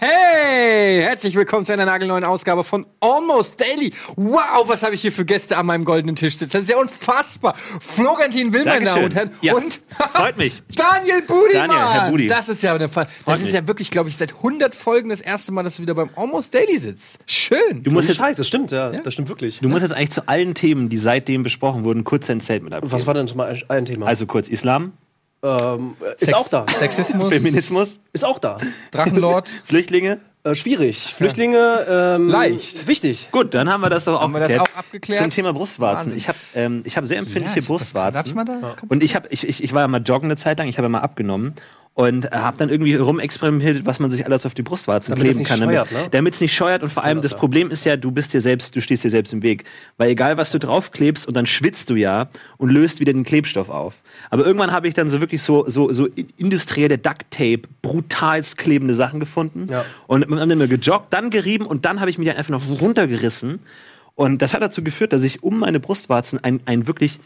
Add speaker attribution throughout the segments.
Speaker 1: Hey, herzlich willkommen zu einer nagelneuen Ausgabe von Almost Daily. Wow, was habe ich hier für Gäste an meinem goldenen Tisch sitzen. Das ist ja unfassbar. Florentin Will, meine Damen
Speaker 2: Dankeschön.
Speaker 1: und Herren.
Speaker 2: Ja.
Speaker 1: Und
Speaker 2: Freut mich.
Speaker 1: Daniel Budi,
Speaker 2: Daniel,
Speaker 1: Mann.
Speaker 2: Herr Budi.
Speaker 1: Das ist ja eine Fa Das ist
Speaker 2: mich.
Speaker 1: ja wirklich, glaube ich, seit 100 Folgen das erste Mal, dass du wieder beim Almost Daily sitzt. Schön.
Speaker 2: Du musst, jetzt,
Speaker 3: Scheiße, das stimmt, ja, Das stimmt wirklich.
Speaker 2: du musst
Speaker 1: ne?
Speaker 2: jetzt eigentlich zu allen Themen, die seitdem besprochen wurden, kurz dein Statement abgeben.
Speaker 3: Was war denn schon mal ein- ein Thema?
Speaker 2: also kurz Islam,
Speaker 3: ähm, ist auch da.
Speaker 1: Sexismus,
Speaker 2: Feminismus,
Speaker 3: Ist auch da.
Speaker 1: Drachenlord.
Speaker 2: Flüchtlinge.
Speaker 3: Äh, schwierig. Flüchtlinge, ähm,
Speaker 1: Leicht.
Speaker 3: Wichtig.
Speaker 2: Gut, dann haben wir das doch auch,
Speaker 1: wir das
Speaker 2: geklärt.
Speaker 1: auch abgeklärt?
Speaker 2: Zum Thema Brustwarzen.
Speaker 1: Wahnsinn.
Speaker 2: Ich habe ähm, ich hab sehr empfindliche
Speaker 1: ich- was-
Speaker 2: Brustwarzen.
Speaker 1: darf ich mal da- kannst
Speaker 2: Und ich, hab, ich, ich, ich war ja mal joggen eine Zeit lang, ich habe ja mal abgenommen. Und habe dann irgendwie rumexperimentiert, was man sich alles auf die Brustwarzen
Speaker 3: Damit es
Speaker 2: kleben
Speaker 3: nicht
Speaker 2: kann.
Speaker 3: scheuert, ne?
Speaker 2: Damit es nicht scheuert. Und vor allem, das Problem ist ja, du bist dir selbst, du stehst dir selbst im Weg. Weil egal, was du draufklebst, und dann schwitzt du ja und löst wieder den Klebstoff auf. Aber irgendwann habe ich dann so wirklich so, so, so industrielle Duct-Tape, brutalst klebende Sachen gefunden.
Speaker 3: Ja.
Speaker 2: Und dann haben wir gejoggt, dann gerieben und dann habe ich mich dann einfach noch runtergerissen. Und das hat dazu geführt, dass ich um meine Brustwarzen ein, ein wirklich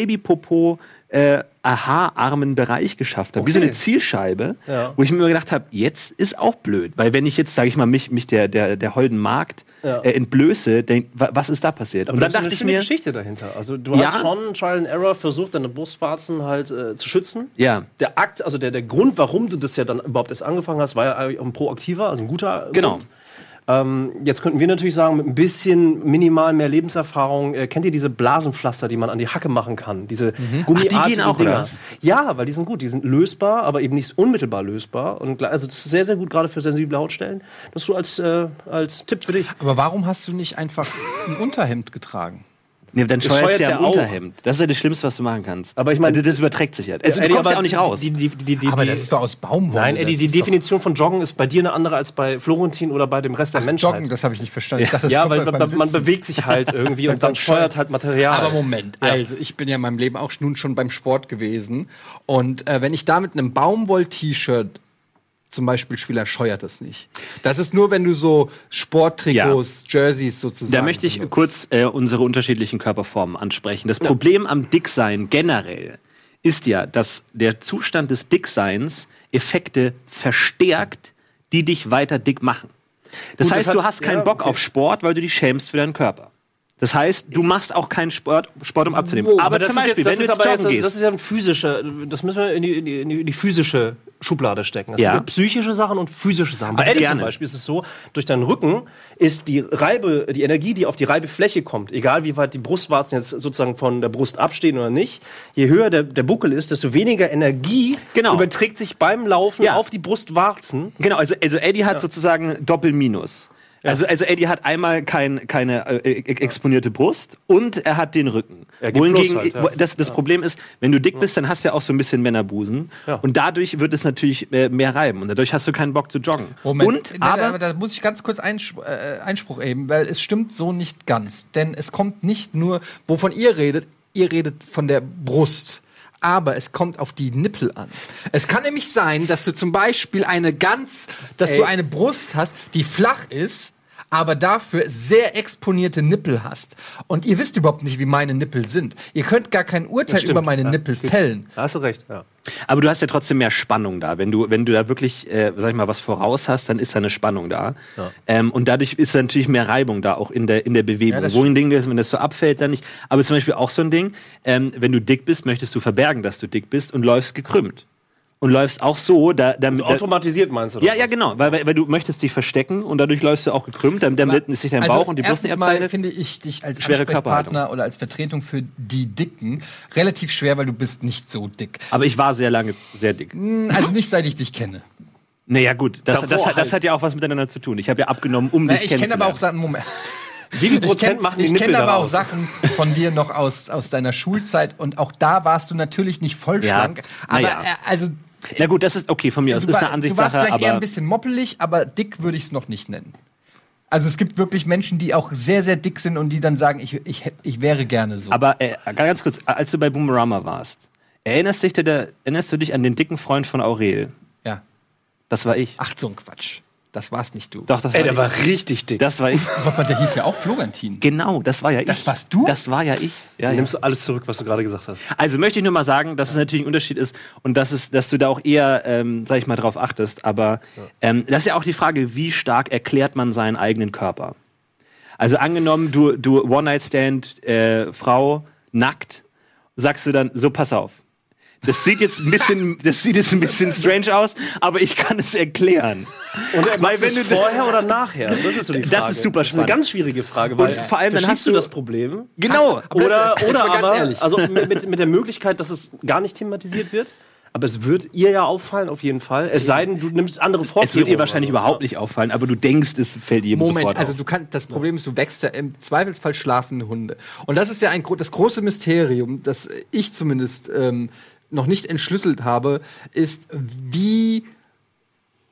Speaker 2: Babypopo äh, aha-armen Bereich geschafft habe. Wie so eine Zielscheibe,
Speaker 3: Ja.
Speaker 2: wo ich mir immer gedacht habe, jetzt ist auch blöd. Weil wenn ich jetzt, sage ich mal, mich, mich der, der, der holden Markt
Speaker 3: Ja.
Speaker 2: äh, entblöße, denk, wa- was ist da passiert?
Speaker 3: Aber
Speaker 2: und dann
Speaker 3: da ist eine
Speaker 2: dachte ich
Speaker 3: schöne
Speaker 2: mir,
Speaker 3: Geschichte dahinter. Also du
Speaker 2: Ja.
Speaker 3: hast schon Trial and Error versucht, deine Brustwarzen halt äh, zu schützen.
Speaker 2: Ja.
Speaker 3: Der Akt, also der, der Grund, warum du das ja dann überhaupt erst angefangen hast, war ja eigentlich auch ein proaktiver, also ein guter
Speaker 2: genau.
Speaker 3: Grund. Jetzt könnten wir natürlich sagen, mit ein bisschen minimal mehr Lebenserfahrung, äh, kennt ihr diese Blasenpflaster, die man an die Hacke machen kann? Diese gummiartigen
Speaker 2: Mhm. Ach, die gehen auch, oder
Speaker 3: Dinger.
Speaker 2: was?
Speaker 3: Ja, weil die sind gut. Die sind lösbar, aber eben nicht unmittelbar lösbar. Und gleich- also das ist sehr, sehr gut, gerade für sensible Hautstellen. Das so als, äh, als Tipp für dich.
Speaker 1: Aber warum hast du nicht einfach ein Unterhemd getragen?
Speaker 2: Nee, dann
Speaker 3: Das
Speaker 2: scheuert
Speaker 3: scheuert's
Speaker 2: ja
Speaker 3: ja
Speaker 2: am
Speaker 3: auch.
Speaker 2: Unterhemd. Das ist ja das Schlimmste, was du machen kannst.
Speaker 3: Aber ich meine-
Speaker 2: das das überträgt sich ja. Also, du
Speaker 3: Eddie,
Speaker 2: kommst ja
Speaker 3: aber
Speaker 2: auch nicht raus.
Speaker 3: Die, die, die, die,
Speaker 1: Aber
Speaker 3: die-
Speaker 1: das ist doch aus Baumwolle.
Speaker 3: Nein, Eddie,
Speaker 1: das
Speaker 3: die
Speaker 1: ist doch-
Speaker 3: Definition von Joggen ist bei dir eine andere als bei Florentin oder bei dem Rest der Menschheit.
Speaker 1: Joggen, das habe ich nicht verstanden. Ich dachte, das
Speaker 3: Ja,
Speaker 1: kommt
Speaker 3: weil
Speaker 1: halt
Speaker 3: man,
Speaker 1: beim
Speaker 3: man
Speaker 1: Sitzen.
Speaker 3: bewegt sich halt irgendwie und dann scheuert halt Material.
Speaker 1: Aber Moment, also ich bin ja in meinem Leben auch nun schon beim Sport gewesen. Und äh, wenn ich da mit einem Baumwoll-T-Shirt zum Beispiel Spieler scheuert es nicht. Das ist nur, wenn du so Sporttrikots, Jerseys sozusagen.
Speaker 2: Da möchte ich
Speaker 1: benutzt.
Speaker 2: kurz äh, unsere unterschiedlichen Körperformen ansprechen. Das Problem am Dicksein generell ist ja, dass der Zustand des Dickseins Effekte verstärkt, die dich weiter dick machen. Das
Speaker 3: Gut, das
Speaker 2: heißt,
Speaker 3: hat-
Speaker 2: du hast keinen
Speaker 3: ja,
Speaker 2: Bock
Speaker 3: okay.
Speaker 2: auf Sport, weil du dich schämst für deinen Körper. Das heißt, du machst auch keinen Sport, Sport um abzunehmen.
Speaker 3: Oh,
Speaker 2: aber,
Speaker 3: das
Speaker 2: zum
Speaker 3: ist
Speaker 2: Beispiel,
Speaker 3: jetzt, das
Speaker 2: wenn du
Speaker 3: ist
Speaker 2: jetzt
Speaker 3: aber
Speaker 2: joggen
Speaker 3: jetzt, das ist
Speaker 2: gehst,
Speaker 3: ja ein physischer, das müssen wir in die, in die, in die, in die physische Schublade stecken. Also Es
Speaker 2: Ja.
Speaker 3: gibt psychische Sachen und physische Sachen. Bei Eddie
Speaker 2: Gerne.
Speaker 3: zum Beispiel ist es so, durch deinen Rücken ist die Reibe, die Energie, die auf die Reibefläche kommt, egal wie weit die Brustwarzen jetzt sozusagen von der Brust abstehen oder nicht, je höher der, der Buckel ist, desto weniger Energie
Speaker 2: Genau.
Speaker 3: überträgt sich beim Laufen
Speaker 2: Ja.
Speaker 3: auf die Brustwarzen.
Speaker 2: genau, also, also Eddie hat sozusagen Doppelminus. Also, also Eddie hat einmal kein, keine äh, e- exponierte Brust und er hat den Rücken.
Speaker 3: Er gibt
Speaker 2: Wohingegen,
Speaker 3: Plus halt, ja.
Speaker 2: wo- das, das Problem ist, wenn du dick bist, dann hast du ja auch so ein bisschen Männerbusen. Und dadurch wird es natürlich äh, mehr reiben. Und dadurch hast du keinen Bock zu joggen.
Speaker 1: Moment,
Speaker 2: Und,
Speaker 1: Nein,
Speaker 2: aber,
Speaker 1: da muss ich ganz kurz Einspruch, äh, Einspruch eben, weil es stimmt so nicht ganz. Denn es kommt nicht nur, wovon ihr redet, ihr redet von der Brust. Aber es kommt auf die Nippel an. Es kann nämlich sein, dass du zum Beispiel eine ganz, dass du eine Brust hast, die flach ist, aber dafür sehr exponierte Nippel hast. Und ihr wisst überhaupt nicht, wie meine Nippel sind. Ihr könnt gar kein Urteil über meine Nippel fällen.
Speaker 3: Da hast du recht, ja.
Speaker 2: aber du hast ja trotzdem mehr Spannung da. Wenn du, wenn du da wirklich, äh, sag ich mal, was voraus hast, dann ist da eine Spannung da. Ähm, und dadurch ist da natürlich mehr Reibung da, auch in der, in der Bewegung.
Speaker 1: das
Speaker 2: Wo ein Ding ist, wenn das so abfällt, dann nicht. Aber zum Beispiel auch so ein Ding, ähm, wenn du dick bist, möchtest du verbergen, dass du dick bist und läufst gekrümmt. Und läufst auch so, da,
Speaker 1: Also
Speaker 2: damit. da,
Speaker 3: Automatisiert meinst du
Speaker 2: Ja, ja, genau, weil, weil, weil du möchtest dich verstecken und dadurch läufst du auch gekrümmt, damit, damit ist sich dein Bauch und die Brust
Speaker 1: Also erstens
Speaker 2: nicht
Speaker 1: mal
Speaker 2: abzeichnet.
Speaker 1: finde ich dich als
Speaker 2: Schwere
Speaker 1: Ansprechpartner
Speaker 2: Körperhaltung.
Speaker 1: oder als Vertretung für die Dicken relativ schwer, weil du bist nicht so dick.
Speaker 2: Aber ich war sehr lange sehr dick.
Speaker 1: Also nicht, seit ich dich kenne.
Speaker 2: Naja, gut, das,
Speaker 3: Davor
Speaker 2: das, hat- das
Speaker 3: halt.
Speaker 2: hat ja auch was miteinander zu tun. Ich habe ja abgenommen, um
Speaker 1: Na,
Speaker 2: dich
Speaker 1: ich kenne aber auch Sachen, Moment.
Speaker 3: Wie viel Prozent
Speaker 1: kenn-
Speaker 3: machen die
Speaker 1: ich
Speaker 3: Nippel
Speaker 1: kenne aber auch
Speaker 3: daraus?
Speaker 1: Sachen von dir noch aus, aus deiner Schulzeit und auch da warst du natürlich nicht voll
Speaker 2: Ja,
Speaker 1: schlank.
Speaker 2: na
Speaker 1: Aber
Speaker 2: ja.
Speaker 1: äh, also
Speaker 2: Na gut, das ist okay von mir aus.
Speaker 1: du,
Speaker 2: Ist eine
Speaker 1: war, du warst
Speaker 2: Ansichtssache,
Speaker 1: vielleicht eher ein
Speaker 2: aber
Speaker 1: bisschen moppelig, aber dick würde ich es noch nicht nennen. Also es gibt wirklich Menschen, die auch sehr, sehr dick sind und die dann sagen, ich, ich, ich wäre gerne so.
Speaker 2: aber äh, ganz kurz, als du bei Boomerama warst, erinnerst dich der, erinnerst du dich an den dicken Freund von Aurel?
Speaker 1: ja.
Speaker 2: Das war ich.
Speaker 1: Ach, so ein Quatsch. Das warst nicht du.
Speaker 2: Doch, das
Speaker 3: Ey,
Speaker 2: war,
Speaker 3: der
Speaker 2: ich.
Speaker 3: war richtig dick.
Speaker 2: das war ich.
Speaker 1: Aber der hieß ja auch Florentin.
Speaker 2: Genau, das war ja ich.
Speaker 1: Das warst du?
Speaker 2: Das war ja ich. Ja, ja.
Speaker 3: Nimmst du alles zurück, was du gerade gesagt hast?
Speaker 2: Also möchte ich nur mal sagen, dass es natürlich ein Unterschied ist und dass, es, dass du da auch eher, ähm, sag ich mal, drauf achtest. Aber ähm, das ist ja auch die Frage, wie stark erklärt man seinen eigenen Körper? Also angenommen, du, du One-Night-Stand, äh, Frau, nackt, sagst du dann, so pass auf. Das sieht jetzt ein bisschen, das sieht jetzt ein bisschen strange aus, aber ich kann es erklären.
Speaker 3: Und er
Speaker 2: Weil
Speaker 3: weil
Speaker 2: wenn
Speaker 3: wenn
Speaker 2: du-
Speaker 3: vorher oder nachher, das ist so die
Speaker 2: Das
Speaker 3: Frage.
Speaker 2: ist super
Speaker 3: Das ist eine
Speaker 2: spannend.
Speaker 3: ganz schwierige Frage, weil
Speaker 2: vor allem dann
Speaker 3: verschiebst
Speaker 2: hast du-
Speaker 3: das Problem
Speaker 2: Genau.
Speaker 1: Aber das-
Speaker 3: oder
Speaker 1: jetzt
Speaker 3: oder
Speaker 1: mal ganz
Speaker 3: aber
Speaker 1: ehrlich.
Speaker 3: also mit, mit- mit der Möglichkeit, dass es gar nicht thematisiert wird, aber es wird ihr ja auffallen auf jeden Fall. Es sei denn, du nimmst andere Vorkehrungen.
Speaker 2: Es wird ihr wahrscheinlich überhaupt nicht auffallen, aber du denkst, es fällt jedem
Speaker 1: Moment,
Speaker 2: sofort
Speaker 1: also
Speaker 2: auf.
Speaker 1: du kannst, das Problem ist, du wächst ja im Zweifelsfall schlafende Hunde. Und das ist ja ein, gro- das große Mysterium, das ich zumindest ähm, noch nicht entschlüsselt habe, ist, wie,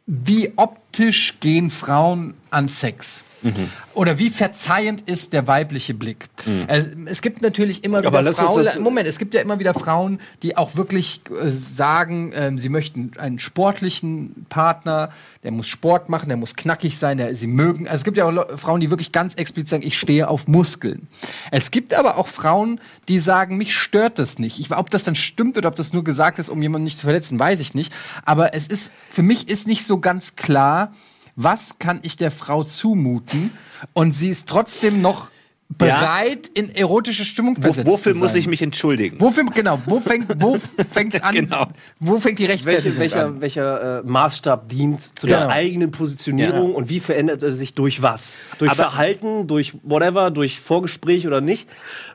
Speaker 1: wie optisch gehen Frauen an Sex?
Speaker 3: Mhm.
Speaker 1: Oder wie verzeihend ist der weibliche Blick? Also, es gibt natürlich immer
Speaker 3: Aber
Speaker 1: wieder
Speaker 3: lass uns
Speaker 1: Frauen.
Speaker 3: das-
Speaker 1: Moment, es gibt ja immer wieder Frauen, die auch wirklich äh, sagen, ähm, sie möchten einen sportlichen Partner, der muss Sport machen, der muss knackig sein, der, sie mögen. Also es gibt ja auch Le- Frauen, die wirklich ganz explizit sagen, ich stehe auf Muskeln. Es gibt aber auch Frauen, die sagen, mich stört das nicht. Ich, ob das dann stimmt oder ob das nur gesagt ist, um jemanden nicht zu verletzen, weiß ich nicht. Aber es ist, für mich ist nicht so ganz klar, was kann ich der Frau zumuten und sie ist trotzdem noch
Speaker 2: Ja.
Speaker 1: bereit in erotische Stimmung versetzt
Speaker 2: Wo, wofür
Speaker 1: zu
Speaker 2: muss
Speaker 1: sein.
Speaker 2: ich mich entschuldigen?
Speaker 1: Wofür, genau, wo fängt wo fängt's an?
Speaker 2: Genau.
Speaker 1: Wo fängt die Rechtfertigung
Speaker 3: Welche, welcher
Speaker 1: an?
Speaker 3: welcher äh, Maßstab dient zu
Speaker 1: Ja.
Speaker 3: der eigenen Positionierung und wie verändert er sich durch was? Durch
Speaker 2: Aber-
Speaker 3: Verhalten, durch whatever, durch Vorgespräch oder nicht?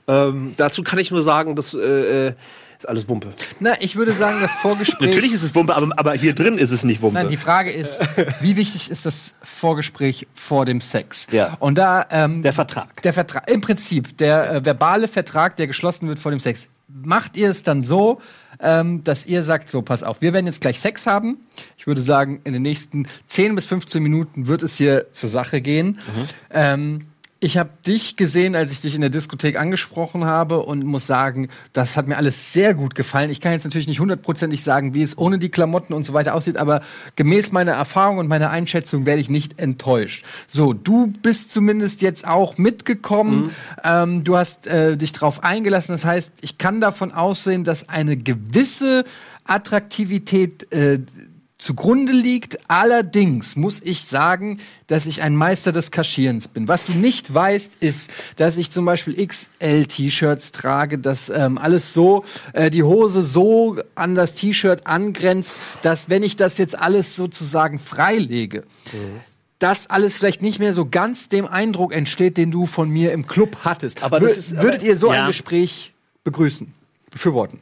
Speaker 3: Ähm, dazu kann ich nur sagen, das äh, äh, ist alles Wumpe.
Speaker 1: Na, ich würde sagen, das Vorgespräch.
Speaker 2: Natürlich ist es Wumpe, aber, aber hier drin ist es nicht Wumpe.
Speaker 1: Nein, die Frage ist, wie wichtig ist das Vorgespräch vor dem Sex?
Speaker 2: Ja.
Speaker 1: Und da ähm,
Speaker 2: Der Vertrag.
Speaker 1: Der Vertrag, im Prinzip, der äh, verbale Vertrag, der geschlossen wird vor dem Sex. Macht ihr es dann so, ähm, dass ihr sagt, so, pass auf, wir werden jetzt gleich Sex haben. Ich würde sagen, in den nächsten 10 bis 15 Minuten wird es hier zur Sache gehen.
Speaker 2: Mhm.
Speaker 1: Ähm, ich habe dich gesehen, als ich dich in der Diskothek angesprochen habe und muss sagen, das hat mir alles sehr gut gefallen. Ich kann jetzt natürlich nicht hundertprozentig sagen, wie es ohne die Klamotten und so weiter aussieht, aber gemäß meiner Erfahrung und meiner Einschätzung werde ich nicht enttäuscht. So, du bist zumindest jetzt auch mitgekommen. Ähm, du hast äh, dich drauf eingelassen. Das heißt, ich kann davon aussehen, dass eine gewisse Attraktivität äh, zugrunde liegt. Allerdings muss ich sagen, dass ich ein Meister des Kaschierens bin. Was du nicht weißt, ist, dass ich zum Beispiel XL-T-Shirts trage, dass ähm, alles so, äh, die Hose so an das T-Shirt angrenzt, dass wenn ich das jetzt alles sozusagen freilege, dass alles vielleicht nicht mehr so ganz dem Eindruck entsteht, den du von mir im Club hattest.
Speaker 3: Aber das ist- aber-
Speaker 1: würdet ihr so
Speaker 2: Ja.
Speaker 1: ein Gespräch begrüßen, befürworten?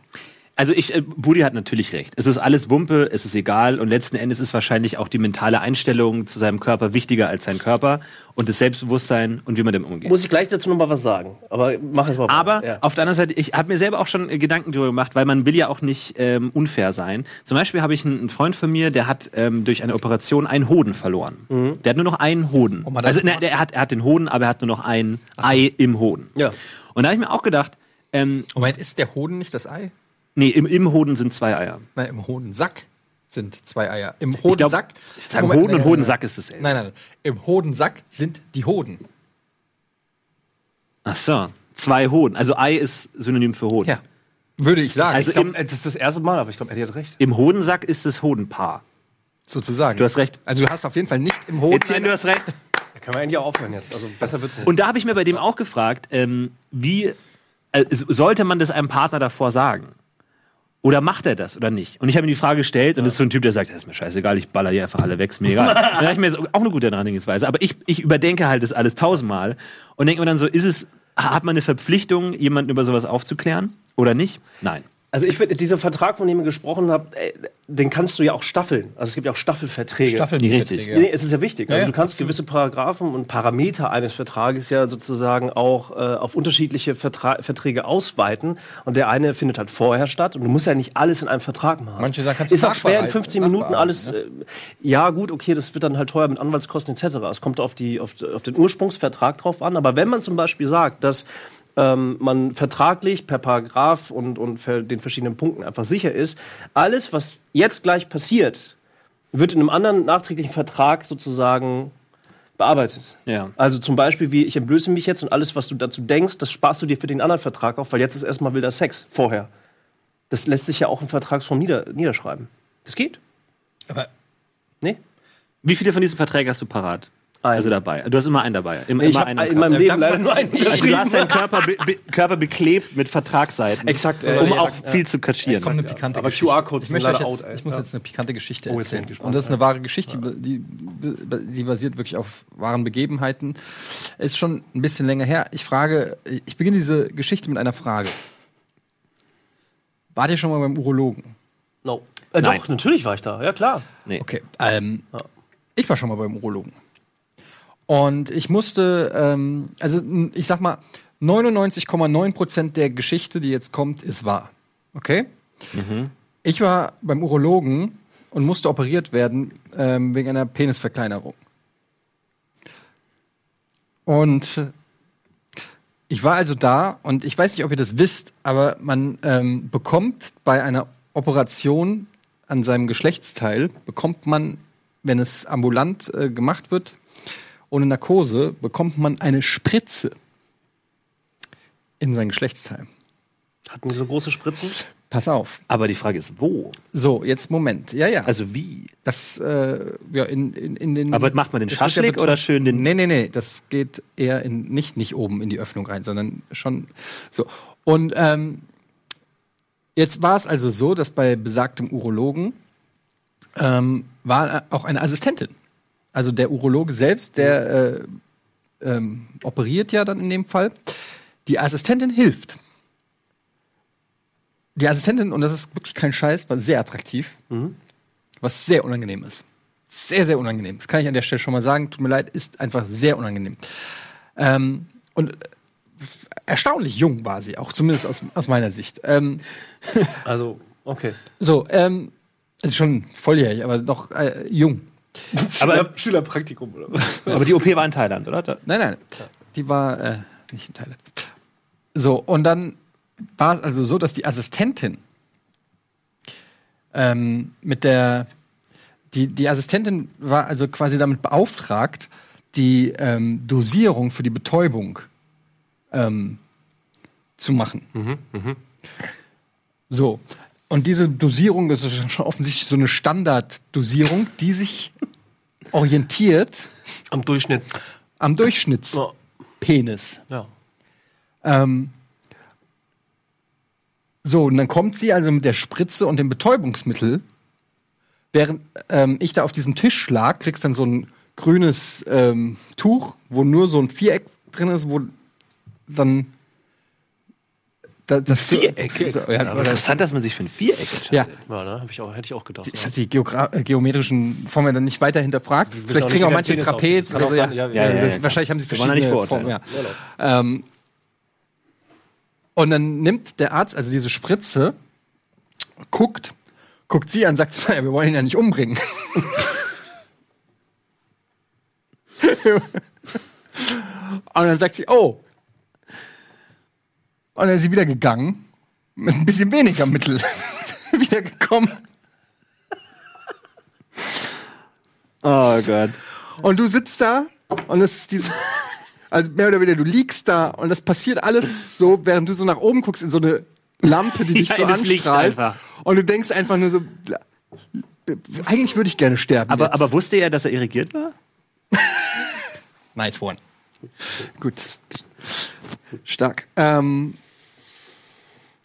Speaker 2: Also ich, äh, Budi hat natürlich recht. Es ist alles Wumpe, es ist egal und letzten Endes ist wahrscheinlich auch die mentale Einstellung zu seinem Körper wichtiger als sein Körper und das Selbstbewusstsein und wie man damit umgeht.
Speaker 3: Muss ich gleich dazu noch mal was sagen. Aber mach ich mal.
Speaker 2: aber
Speaker 3: ja.
Speaker 2: auf der anderen Seite, ich habe mir selber auch schon äh, Gedanken darüber gemacht, weil man will ja auch nicht ähm, unfair sein. Zum Beispiel habe ich einen, einen Freund von mir, der hat ähm, durch eine Operation einen Hoden verloren.
Speaker 3: Mhm.
Speaker 2: Der hat nur noch einen Hoden.
Speaker 3: Oh,
Speaker 1: man, das-
Speaker 2: also ne, der hat, er hat den Hoden, aber er hat nur noch ein Ei im Hoden.
Speaker 3: Ja.
Speaker 2: Und da habe ich mir auch gedacht, ähm,
Speaker 1: Moment, ist der Hoden nicht das Ei?
Speaker 2: nee, im, im Hoden sind zwei Eier.
Speaker 1: Nein, im Hodensack sind zwei Eier. Im
Speaker 2: Ich glaub,
Speaker 1: Hodensack.
Speaker 2: Ich sage
Speaker 1: Moment,
Speaker 2: Hoden
Speaker 1: nein,
Speaker 2: und
Speaker 1: nein,
Speaker 2: Hodensack ist dasselbe.
Speaker 1: Nein, nein, nein. Im Hodensack sind die Hoden.
Speaker 2: Ach so, zwei Hoden. Also Ei ist Synonym für Hoden.
Speaker 1: Ja. Würde ich sagen.
Speaker 2: Also
Speaker 3: Ich glaub,
Speaker 2: im-
Speaker 3: äh, das ist das erste Mal, aber ich glaube, er hat recht.
Speaker 2: Im Hodensack ist das Hodenpaar.
Speaker 1: sozusagen.
Speaker 2: Du hast recht.
Speaker 1: Also du hast auf jeden Fall nicht im Hoden.
Speaker 2: Etienne, hast recht.
Speaker 3: Da können wir eigentlich auch aufhören jetzt. Also besser wird's nicht.
Speaker 2: Und da habe ich mir bei dem auch gefragt, ähm, wie äh, s- sollte man das einem Partner davor sagen? Oder macht er das oder nicht? Und ich habe mir die Frage gestellt, und das ist so ein Typ, der sagt, das ist mir scheißegal, ich baller hier einfach alle weg, ist mir egal. dann dachte ich mir, das ist auch eine gute Herangehensweise. Aber ich, ich überdenke halt das alles tausendmal und denke mir dann so, ist es, hat man eine Verpflichtung, jemanden über sowas aufzuklären oder nicht? Nein.
Speaker 3: Also ich finde, dieser Vertrag, von dem ihr gesprochen habt, ey, den kannst du ja auch staffeln. Also es gibt ja auch Staffelverträge.
Speaker 1: Staffeln
Speaker 2: Nee, richtig.
Speaker 1: Verträge,
Speaker 3: Nee,
Speaker 1: Ja.
Speaker 3: es ist ja wichtig.
Speaker 1: Ja,
Speaker 3: Also
Speaker 1: ja,
Speaker 3: du kannst gewisse Paragraphen und Parameter eines Vertrages ja sozusagen auch äh, auf unterschiedliche Vertra Verträge ausweiten. Und der eine findet halt vorher statt. Und du musst ja nicht alles in einem Vertrag machen.
Speaker 1: Manche Sachen kannst du ne?
Speaker 3: Ist auch schwer in
Speaker 1: nachbereiten,
Speaker 3: 15 Minuten
Speaker 1: nachbearbeiten,
Speaker 3: alles. Äh, ja, gut, okay, das wird dann halt teuer mit Anwaltskosten etc. Es kommt auf, die, auf, auf den Ursprungsvertrag drauf an. Aber wenn man zum Beispiel sagt, dass ähm, man vertraglich per Paragraph und, und ver- den verschiedenen Punkten einfach sicher ist, alles, was jetzt gleich passiert, wird in einem anderen nachträglichen Vertrag sozusagen bearbeitet.
Speaker 2: Ja.
Speaker 3: Also zum Beispiel wie, ich entblöße mich jetzt und alles, was du dazu denkst, das sparst du dir für den anderen Vertrag auf, weil jetzt ist erstmal wilder Sex vorher. Das lässt sich ja auch in Vertragsform nieder, niederschreiben. Das geht?
Speaker 1: Aber
Speaker 3: Nee?
Speaker 2: Wie viele von diesen Verträgen hast du parat?
Speaker 3: Einen.
Speaker 2: Also dabei. Du hast immer einen dabei. Immer,
Speaker 3: Ich
Speaker 2: immer
Speaker 3: habe
Speaker 2: einen. am
Speaker 3: in
Speaker 2: Körper.
Speaker 3: meinem Leben
Speaker 1: darf
Speaker 3: leider
Speaker 1: man-
Speaker 3: nur einen
Speaker 2: also du hast
Speaker 3: unterschrieben.
Speaker 2: deinen Körper, be be Körper beklebt mit Vertragsseiten.
Speaker 3: Exakt,
Speaker 2: Um
Speaker 3: äh, jetzt-
Speaker 2: auch viel zu
Speaker 1: Jetzt kommt
Speaker 2: kaschieren.
Speaker 1: eine pikante
Speaker 3: Aber
Speaker 1: Geschichte.
Speaker 3: QR-Codes
Speaker 1: ich, möchte
Speaker 3: sind
Speaker 1: euch
Speaker 3: leider
Speaker 1: jetzt,
Speaker 3: out, ey.
Speaker 1: ich muss
Speaker 3: Ja.
Speaker 1: jetzt eine pikante Geschichte
Speaker 3: Oh, jetzt bin
Speaker 1: erzählen.
Speaker 3: ich gespannt,
Speaker 1: Und das ist eine wahre Geschichte, die, die basiert wirklich auf wahren Begebenheiten. Ist schon ein bisschen länger her. Ich frage, ich beginne diese Geschichte mit einer Frage. Wart ihr schon mal beim Urologen?
Speaker 3: No. Äh,
Speaker 2: Nein.
Speaker 3: doch, natürlich war ich da. Ja, klar.
Speaker 2: Nee.
Speaker 1: Okay. Ähm, Ich war schon mal beim Urologen. Und ich musste, ähm, also n- ich sag mal, 99,9% der Geschichte, die jetzt kommt, ist wahr. Okay? Ich war beim Urologen und musste operiert werden ähm, wegen einer Penisverkleinerung. Und ich war also da und ich weiß nicht, ob ihr das wisst, aber man ähm, bekommt bei einer Operation an seinem Geschlechtsteil, bekommt man, wenn es ambulant äh, gemacht wird, ohne Narkose, bekommt man eine Spritze in sein Geschlechtsteil.
Speaker 3: Hatten die so große Spritzen?
Speaker 1: Pass auf.
Speaker 2: Aber die Frage ist, wo?
Speaker 1: So, jetzt Moment. Ja, ja.
Speaker 2: Also wie?
Speaker 1: Das, äh, ja, in, in, in den.
Speaker 2: Aber macht man den
Speaker 1: Das wird ja
Speaker 2: Schaschlik
Speaker 1: betont.
Speaker 2: oder schön den-
Speaker 1: Nee, nee, nee. Das geht eher in, nicht, nicht oben in die Öffnung rein, sondern schon so. Und ähm, jetzt war es also so, dass bei besagtem Urologen ähm, war auch eine Assistentin. Also der Urologe selbst, der äh, ähm, operiert ja dann in dem Fall. Die Assistentin hilft. Die Assistentin, und das ist wirklich kein Scheiß, war sehr attraktiv, was sehr unangenehm ist. Sehr, sehr unangenehm. Das kann ich an der Stelle schon mal sagen. Tut mir leid, ist einfach sehr unangenehm. Ähm, und erstaunlich jung war sie auch, zumindest aus, aus meiner Sicht. Ähm,
Speaker 3: Also, okay.
Speaker 1: so, ähm, also schon volljährig, aber noch äh, jung.
Speaker 2: Aber,
Speaker 3: Schülerpraktikum oder was?
Speaker 2: aber die OP war in Thailand, oder? Da-
Speaker 1: Nein, nein. Die war äh, nicht in Thailand. So, und dann war es also so, dass die Assistentin ähm, mit der die, die Assistentin war also quasi damit beauftragt, die ähm, Dosierung für die Betäubung ähm, zu machen. So. Und diese Dosierung, das ist schon offensichtlich so eine Standarddosierung, die sich orientiert
Speaker 3: Am Durchschnitt.
Speaker 1: am Durchschnitts.
Speaker 3: Ja.
Speaker 1: Penis.
Speaker 3: ja.
Speaker 1: Ähm, so, und dann kommt sie also mit der Spritze und dem Betäubungsmittel. Während ähm, ich da auf diesem Tisch lag, kriegst dann so ein grünes ähm, Tuch, wo nur so ein Viereck drin ist, wo dann da, das
Speaker 2: Viereck?
Speaker 1: So, ja,
Speaker 2: Aber
Speaker 1: das,
Speaker 2: interessant, dass man sich für ein Viereck entscheidet.
Speaker 1: ja,
Speaker 3: Ja, ne? Hab ich auch, hätte ich auch gedacht.
Speaker 1: ich hatte die Geogra äh, geometrischen Formen dann nicht weiter hinterfragt.
Speaker 3: auch
Speaker 1: Vielleicht
Speaker 3: nicht,
Speaker 1: kriegen
Speaker 3: wie
Speaker 1: auch
Speaker 3: der
Speaker 1: manche
Speaker 3: Penis
Speaker 1: Trapez.
Speaker 3: aussieht. Das kann
Speaker 1: Also,
Speaker 3: auch
Speaker 1: ja,
Speaker 3: sein,
Speaker 1: ja,
Speaker 3: ja,
Speaker 2: ja, ja,
Speaker 1: das-
Speaker 2: ja.
Speaker 1: Wahrscheinlich haben sie
Speaker 2: Wir wollen ja nicht
Speaker 1: verschiedene
Speaker 2: verurteilen.
Speaker 1: Formen. Ja. Ähm, und dann nimmt der Arzt also diese Spritze, guckt, guckt sie an, sagt, so, "Naja, wir wollen ihn ja nicht umbringen. und dann sagt sie, oh. Und dann ist sie wieder gegangen, mit ein bisschen weniger Mittel wieder gekommen.
Speaker 2: Oh Gott.
Speaker 1: Und du sitzt da und es ist dieses. Also mehr oder weniger, du liegst da und das passiert alles so, während du so nach oben guckst in so eine Lampe, die dich
Speaker 2: Ja,
Speaker 1: so
Speaker 2: das Licht
Speaker 1: anstrahlt.
Speaker 2: einfach.
Speaker 1: Und du denkst einfach nur so, bla- eigentlich würde ich gerne sterben.
Speaker 2: Aber,
Speaker 1: jetzt.
Speaker 2: aber wusste er, dass er irrigiert war?
Speaker 1: nice one. Gut. Stark. Ähm,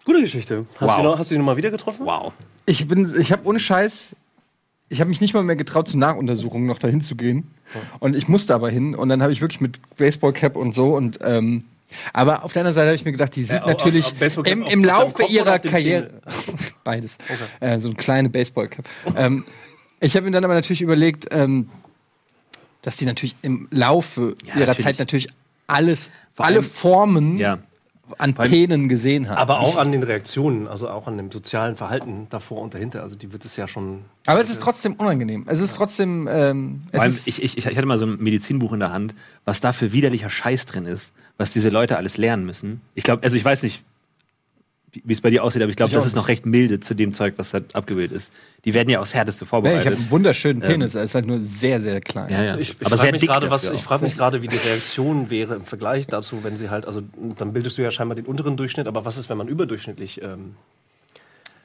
Speaker 3: Gute Geschichte. Hast,
Speaker 2: Wow.
Speaker 3: du die noch, hast du die nochmal wieder getroffen?
Speaker 2: Wow.
Speaker 1: ich bin, ich habe ohne Scheiß, ich habe mich nicht mal mehr getraut, zu Nachuntersuchungen noch dahin zu gehen. Und ich musste aber hin. Und dann habe ich wirklich mit Baseballcap und so und. Ähm, aber auf der anderen Seite habe ich mir gedacht, die sieht
Speaker 3: auf-
Speaker 1: natürlich
Speaker 3: auf Baseballcap
Speaker 1: im,
Speaker 3: auf-
Speaker 1: im
Speaker 3: auf deinem
Speaker 1: Laufe
Speaker 3: Kopf oder
Speaker 1: ihrer
Speaker 3: auf dem
Speaker 1: Karriere beides. Äh, so ein kleine Baseballcap. ähm, ich habe mir dann aber natürlich überlegt, ähm, dass die natürlich im Laufe
Speaker 2: Ja,
Speaker 1: ihrer
Speaker 2: natürlich.
Speaker 1: Zeit natürlich alles,
Speaker 2: Vor
Speaker 1: alle
Speaker 2: allem-
Speaker 1: Formen
Speaker 2: Ja.
Speaker 1: an Penen gesehen hat.
Speaker 3: Aber auch an den Reaktionen, also auch an dem sozialen Verhalten davor und dahinter. Also die wird es ja schon.
Speaker 1: Aber es ist
Speaker 3: Also-
Speaker 1: trotzdem unangenehm. Es ist trotzdem. Ähm, es
Speaker 2: Vor allem,
Speaker 1: ist
Speaker 2: ich, ich, ich hatte mal so ein Medizinbuch in der Hand, was da für widerlicher Scheiß drin ist, was diese Leute alles lernen müssen. Ich glaube, also ich weiß nicht, wie wie es bei dir aussieht, aber ich glaube,
Speaker 3: Ich
Speaker 2: das
Speaker 3: auch
Speaker 2: ist noch recht milde zu dem Zeug, was da abgebildet ist. Die werden ja aufs Härteste
Speaker 1: Nee, ich
Speaker 2: vorbereitet.
Speaker 1: habe einen wunderschönen Penis, er ist halt nur sehr, sehr klein.
Speaker 2: ja, ja.
Speaker 3: Ich, ich frage mich gerade, was,
Speaker 2: dafür
Speaker 3: ich
Speaker 2: auch.
Speaker 3: frage mich gerade, wie die Reaktion wäre im Vergleich dazu, wenn sie halt, also dann bildest du ja scheinbar den unteren Durchschnitt, aber was ist, wenn man überdurchschnittlich, ähm,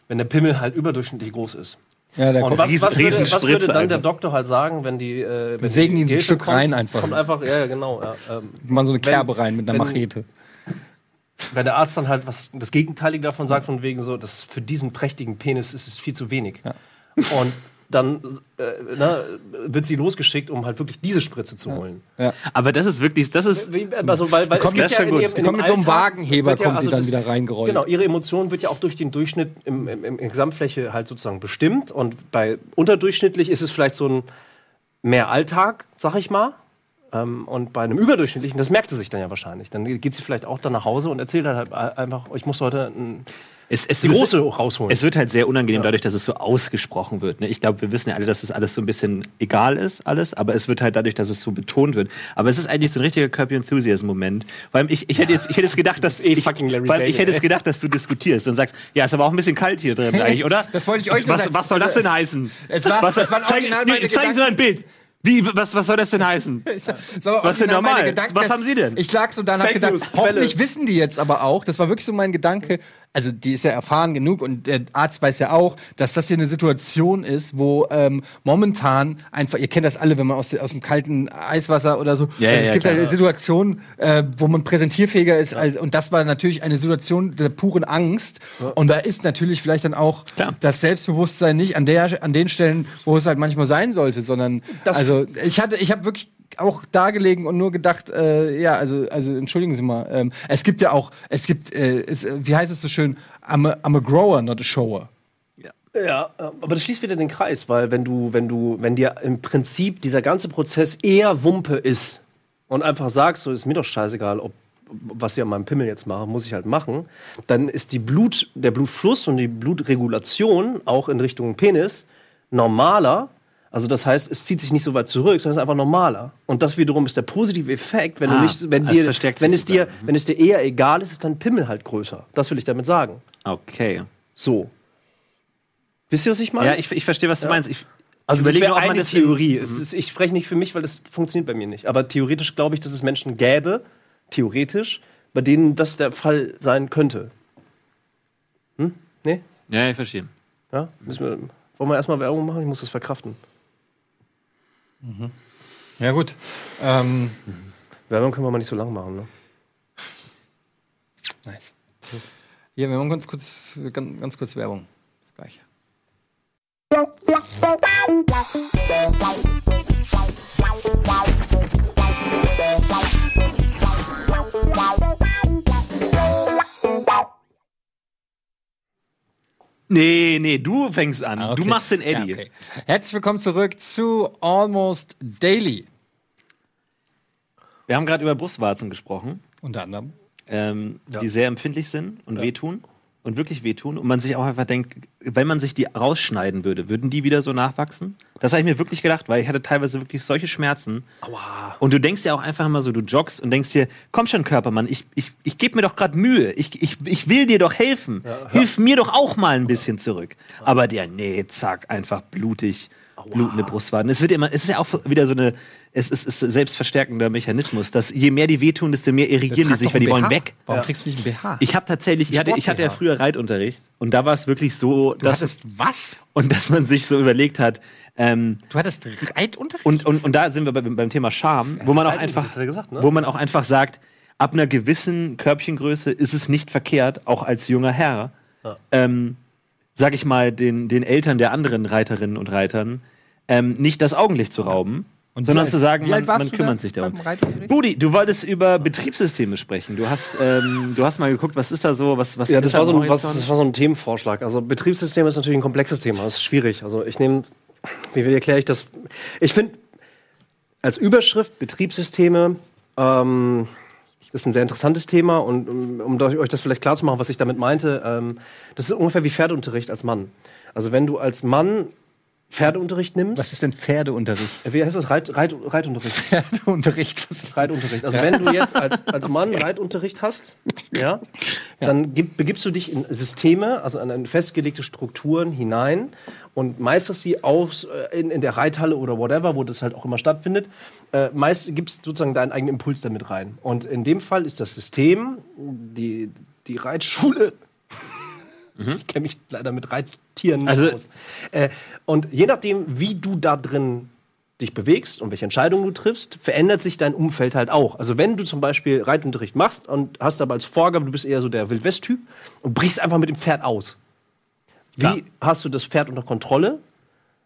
Speaker 3: wenn der Pimmel halt überdurchschnittlich groß ist?
Speaker 1: Ja, der
Speaker 3: Und
Speaker 1: kommt
Speaker 3: was,
Speaker 2: Riesen-
Speaker 3: was, würde, was würde
Speaker 2: Riesenspritze
Speaker 3: dann der
Speaker 2: einfach.
Speaker 3: Doktor halt sagen, wenn die, äh, wenn
Speaker 1: Wir sägen
Speaker 3: die
Speaker 1: ihn ein
Speaker 3: Gilfe
Speaker 1: Stück rein einfach.
Speaker 3: Kommt einfach, ja, genau. Ja, ähm,
Speaker 1: man so eine Kerbe
Speaker 3: wenn-
Speaker 1: rein mit einer
Speaker 3: wenn-
Speaker 1: Machete.
Speaker 3: wenn der Arzt dann halt was das Gegenteilige davon sagt, von wegen so, das für diesen prächtigen Penis ist es viel zu wenig. Und dann äh, na, wird sie losgeschickt, um halt wirklich diese Spritze zu holen.
Speaker 1: Ja.
Speaker 2: Aber das ist wirklich, das ist,
Speaker 3: Wie- Also, weil, weil
Speaker 1: kommen
Speaker 3: es gibt
Speaker 2: ja schon gut.
Speaker 3: ihrem-
Speaker 1: Die kommen mit so einem
Speaker 3: ihrem Alltag
Speaker 1: Wagenheber,
Speaker 3: wird also
Speaker 1: kommt die dann
Speaker 3: das-
Speaker 1: wieder reingerollt.
Speaker 3: Genau, ihre Emotion wird ja auch durch den Durchschnitt im, im, im, in Gesamtfläche halt sozusagen bestimmt. Und bei unterdurchschnittlich ist es vielleicht so ein mehr Alltag, sag ich mal. Ähm, und bei einem überdurchschnittlichen, das merkt sie sich dann ja wahrscheinlich. Dann geht sie vielleicht auch dann nach Hause und erzählt halt einfach, ich muss heute ein,
Speaker 2: es, es,
Speaker 3: die große rausholen.
Speaker 2: Es wird halt sehr unangenehm dadurch, dass es so ausgesprochen wird. Ne? Ich glaube, wir wissen ja alle, dass es alles so ein bisschen egal ist, alles, aber es wird halt dadurch, dass es so betont wird. Aber es ist eigentlich so ein richtiger Kirby Enthusiasm-Moment. Vor allem, ich, ich hätte jetzt, ich hätte jetzt gedacht, dass
Speaker 3: eh
Speaker 2: ich,
Speaker 3: fucking Larry
Speaker 2: vor allem, ich
Speaker 3: David,
Speaker 2: hätte
Speaker 3: ey.
Speaker 2: jetzt gedacht, dass du diskutierst und sagst, ja, ist aber auch ein bisschen kalt hier drin eigentlich, oder?
Speaker 1: Das wollte ich euch nur
Speaker 2: was,
Speaker 1: sagen. Also,
Speaker 2: was soll das denn heißen?
Speaker 1: Es war-
Speaker 2: was,
Speaker 1: es waren
Speaker 2: zeig,
Speaker 1: original
Speaker 2: nee,
Speaker 1: meine
Speaker 2: zeigen Sie mal ein Bild. Wie, was, was soll das denn heißen? Was ist denn normal? Was haben Sie denn?
Speaker 1: Ich lag so danach
Speaker 3: Fake
Speaker 1: gedacht,
Speaker 3: News, Quelle.
Speaker 1: hoffentlich wissen die jetzt aber auch, das war wirklich so mein Gedanke, also die ist ja erfahren genug und der Arzt weiß ja auch, dass das hier eine Situation ist, wo ähm, momentan einfach, ihr kennt das alle, wenn man aus, aus dem kalten Eiswasser oder so,
Speaker 2: Ja,
Speaker 1: also
Speaker 2: ja,
Speaker 1: es
Speaker 2: ja,
Speaker 1: gibt
Speaker 2: klar.
Speaker 1: halt Situationen, äh, wo man präsentierfähiger ist als, und das war natürlich eine Situation der puren Angst und da ist natürlich vielleicht dann auch
Speaker 2: Klar.
Speaker 1: das Selbstbewusstsein nicht an, der, an den Stellen, wo es halt manchmal sein sollte, sondern
Speaker 3: Das-
Speaker 1: also ich hatte, ich habe wirklich auch da gelegen und nur gedacht, äh, ja, also, also entschuldigen Sie mal, ähm, es gibt ja auch, es gibt, äh, es, äh, wie heißt es so schön, I'm a, I'm a grower, not a shower.
Speaker 3: Ja, aber das schließt wieder den Kreis, weil wenn du, wenn du, wenn dir im Prinzip dieser ganze Prozess eher Wumpe ist und einfach sagst, so ist mir doch scheißegal, ob was ich an meinem Pimmel jetzt mache, muss ich halt machen, dann ist die Blut, der Blutfluss und die Blutregulation auch in Richtung Penis normaler. Also das heißt, es zieht sich nicht so weit zurück, sondern es ist einfach normaler. Und das wiederum ist der positive Effekt, wenn du
Speaker 2: Ah,
Speaker 3: nicht, wenn
Speaker 2: also
Speaker 3: dir,
Speaker 2: verstärkt
Speaker 3: wenn
Speaker 2: sich
Speaker 3: es dir,
Speaker 2: sozusagen.
Speaker 3: wenn es dir eher egal ist, ist dein Pimmel halt größer. Das will ich damit sagen.
Speaker 2: Okay.
Speaker 3: So. Wisst ihr, was ich meine?
Speaker 2: Ja, ich, ich verstehe, was du meinst. Ich,
Speaker 3: Also
Speaker 2: überlege
Speaker 3: das
Speaker 2: nur,
Speaker 3: wäre
Speaker 2: ob man
Speaker 3: eine
Speaker 2: das Mhm. in-
Speaker 3: Theorie. Es ist, ich spreche nicht für mich, weil das funktioniert bei mir nicht. Aber theoretisch glaube ich, dass es Menschen gäbe, theoretisch, bei denen das der Fall sein könnte. Hm? Nee?
Speaker 2: ja, ich verstehe.
Speaker 3: Ja? Müssen wir, wollen wir erstmal Werbung machen? Ich muss das verkraften.
Speaker 1: Ja gut. Ähm,
Speaker 3: Werbung können wir mal nicht so lang machen. Ne?
Speaker 1: nice. Hier, wir machen ganz kurz, ganz, ganz kurz Werbung. Bis gleich.
Speaker 2: Nee, nee, du fängst an.
Speaker 1: Ah, okay.
Speaker 2: Du machst den Eddie.
Speaker 1: Ja, okay. Herzlich willkommen zurück zu Almost Daily.
Speaker 2: Wir haben gerade über Brustwarzen gesprochen,
Speaker 1: Unter anderem.
Speaker 2: ähm, die sehr empfindlich sind und wehtun und wirklich wehtun. Und man sich auch einfach denkt, wenn man sich die rausschneiden würde, würden die wieder so nachwachsen? Das habe ich mir wirklich gedacht, weil ich hatte teilweise wirklich solche Schmerzen.
Speaker 3: Aua.
Speaker 2: Und du denkst ja auch einfach immer so, du joggst und denkst dir, komm schon, Körpermann, ich, ich, ich gebe mir doch gerade Mühe. Ich, ich, ich will dir doch helfen. Hilf mir doch auch mal ein bisschen zurück. Aber der, nee, zack, einfach blutig, blutende Brustwarten. Es wird immer, es ist ja auch wieder so eine, es ist, ist ein selbstverstärkender Mechanismus, dass je mehr die wehtun, desto mehr irrigieren die
Speaker 1: Trag
Speaker 2: sich,
Speaker 1: doch
Speaker 2: weil die
Speaker 1: einen
Speaker 2: wollen
Speaker 1: BH.
Speaker 2: weg.
Speaker 1: Warum trägst du nicht ein BH?
Speaker 2: Ich habe tatsächlich, ich hatte, ich hatte ja
Speaker 1: Sport-BH.
Speaker 2: früher Reitunterricht und da war es wirklich so,
Speaker 1: du
Speaker 2: dass,
Speaker 1: hattest was?
Speaker 2: und dass man sich so überlegt hat, ähm,
Speaker 1: Du hattest Reitunterricht?
Speaker 2: und, und, und da sind wir beim, beim Thema Scham, wo man auch einfach,
Speaker 3: hat er gesagt, ne?
Speaker 2: wo man auch einfach sagt, ab einer gewissen Körbchengröße ist es nicht verkehrt, auch als junger Herr, ähm, sag ich mal, den, den Eltern der anderen Reiterinnen und Reitern ähm, nicht das Augenlicht zu rauben,
Speaker 1: Und wie
Speaker 2: sondern
Speaker 1: alt-
Speaker 2: zu sagen,
Speaker 1: wie
Speaker 2: man,
Speaker 1: alt warst
Speaker 2: man
Speaker 1: du
Speaker 2: kümmert
Speaker 1: da
Speaker 2: sich darum.
Speaker 1: beim Reitunterricht?
Speaker 2: Budi, du wolltest über Betriebssysteme sprechen. Du hast, ähm, du hast mal geguckt, was ist da so, was, was
Speaker 3: Ja,
Speaker 2: ist
Speaker 3: das
Speaker 2: da
Speaker 3: war, so
Speaker 2: am
Speaker 3: ein, was,
Speaker 2: Horizont?
Speaker 3: das war so ein Themenvorschlag. Also Betriebssystem ist natürlich ein komplexes Thema. Das ist schwierig. Also ich nehme, wie wie erkläre ich das? Ich finde, als Überschrift Betriebssysteme ähm, ist ein sehr interessantes Thema. Und um, um da- euch das vielleicht klar zu machen, was ich damit meinte, ähm, das ist ungefähr wie Pferdeunterricht als Mann. Also wenn du als Mann Pferdeunterricht nimmst,
Speaker 1: Was ist denn Pferdeunterricht?
Speaker 3: wie heißt das? Reit, Reit, Reitunterricht.
Speaker 1: Pferdeunterricht, was ist
Speaker 3: Reitunterricht. Also wenn du jetzt als, als Mann Reitunterricht hast, ja, dann gib, begibst du dich in Systeme, also an, an festgelegte Strukturen hinein und meisterst sie aus, äh, in, in der Reithalle oder whatever, wo das halt auch immer stattfindet. Äh, meist gibst sozusagen deinen eigenen Impuls damit rein. Und in dem Fall ist das System, die, die Reitschule, ich kenne mich leider mit Reittieren nicht
Speaker 2: Also-
Speaker 3: aus. Äh, und je nachdem, wie du da drin dich bewegst und welche Entscheidungen du triffst, verändert sich dein Umfeld halt auch. Also wenn du zum Beispiel Reitunterricht machst und hast aber als Vorgabe, du bist eher so der Wildwest-Typ und brichst einfach mit dem Pferd aus. Wie
Speaker 2: Klar.
Speaker 3: hast du das Pferd unter Kontrolle?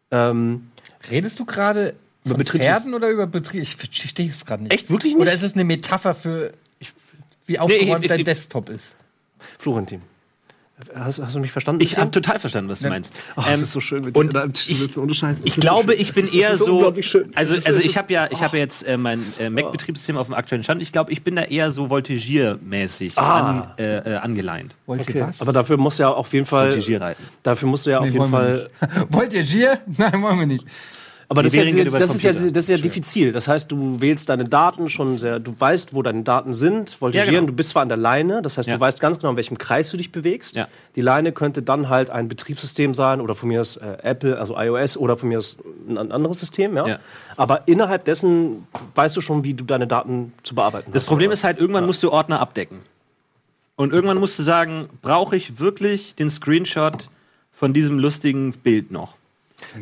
Speaker 3: Ähm,
Speaker 1: Redest du gerade
Speaker 3: Über
Speaker 1: über
Speaker 3: Betriebs-
Speaker 1: Pferden oder über Betrieb? Ich verstehe es gerade nicht.
Speaker 3: Echt? Wirklich nicht?
Speaker 1: Oder ist es eine Metapher für, wie
Speaker 2: Nee,
Speaker 1: aufgeräumt
Speaker 2: ich- ich-
Speaker 1: dein
Speaker 2: ich-
Speaker 1: Desktop ist?
Speaker 3: Florentin, hast, hast du mich verstanden?
Speaker 2: Ich
Speaker 3: bisher?
Speaker 2: habe total verstanden, was du meinst.
Speaker 3: Oh,
Speaker 4: Ach,
Speaker 2: Ähm,
Speaker 4: das ist so schön, mit
Speaker 2: und
Speaker 4: dir da am Tisch zu
Speaker 2: ich-
Speaker 4: sitzen, ohne Scheiß.
Speaker 2: Ich glaube, ich bin eher
Speaker 4: so
Speaker 2: so.
Speaker 4: unglaublich schön.
Speaker 2: Also,
Speaker 4: Es ist-
Speaker 2: also
Speaker 4: es
Speaker 2: ich
Speaker 4: ist-
Speaker 2: habe ja, ich habe jetzt äh, mein äh, Mac-Betriebssystem auf dem aktuellen Stand. Ich glaube, ich bin da eher so voltigiermäßig
Speaker 3: Ah.
Speaker 2: an, äh, äh, angeleint.
Speaker 1: Wollt
Speaker 3: Okay.
Speaker 1: ihr was?
Speaker 3: Aber dafür musst du ja auf jeden Fall.
Speaker 2: Voltigierreiten.
Speaker 3: Dafür musst du ja auf jeden
Speaker 1: wollen wir
Speaker 3: Fall
Speaker 1: nicht. Wollt ihr Gier? Nein, wollen wir nicht.
Speaker 3: Aber das ist, ja,
Speaker 2: Wähling geht
Speaker 3: diese-
Speaker 2: über
Speaker 3: das,
Speaker 2: den
Speaker 3: ist ja,
Speaker 2: Computer.
Speaker 3: diese- das ist ja diffizil. Das heißt, du wählst deine Daten schon sehr, du weißt, wo deine Daten sind, voltigieren.
Speaker 2: Ja, genau.
Speaker 3: Du bist zwar an der Leine, das heißt,
Speaker 2: Ja.
Speaker 3: du weißt ganz genau, in welchem Kreis du dich bewegst.
Speaker 2: Ja.
Speaker 3: Die Leine könnte dann halt ein Betriebssystem sein oder von mir aus äh, Apple, also iOS oder von mir aus ein, ein anderes System. Ja?
Speaker 2: Ja.
Speaker 3: Aber innerhalb dessen weißt du schon, wie du deine Daten zu bearbeiten
Speaker 2: Das
Speaker 3: hast.
Speaker 2: Problem ist halt, irgendwann musst du Ordner abdecken. Und irgendwann musst du sagen, brauche ich wirklich den Screenshot von diesem lustigen Bild noch?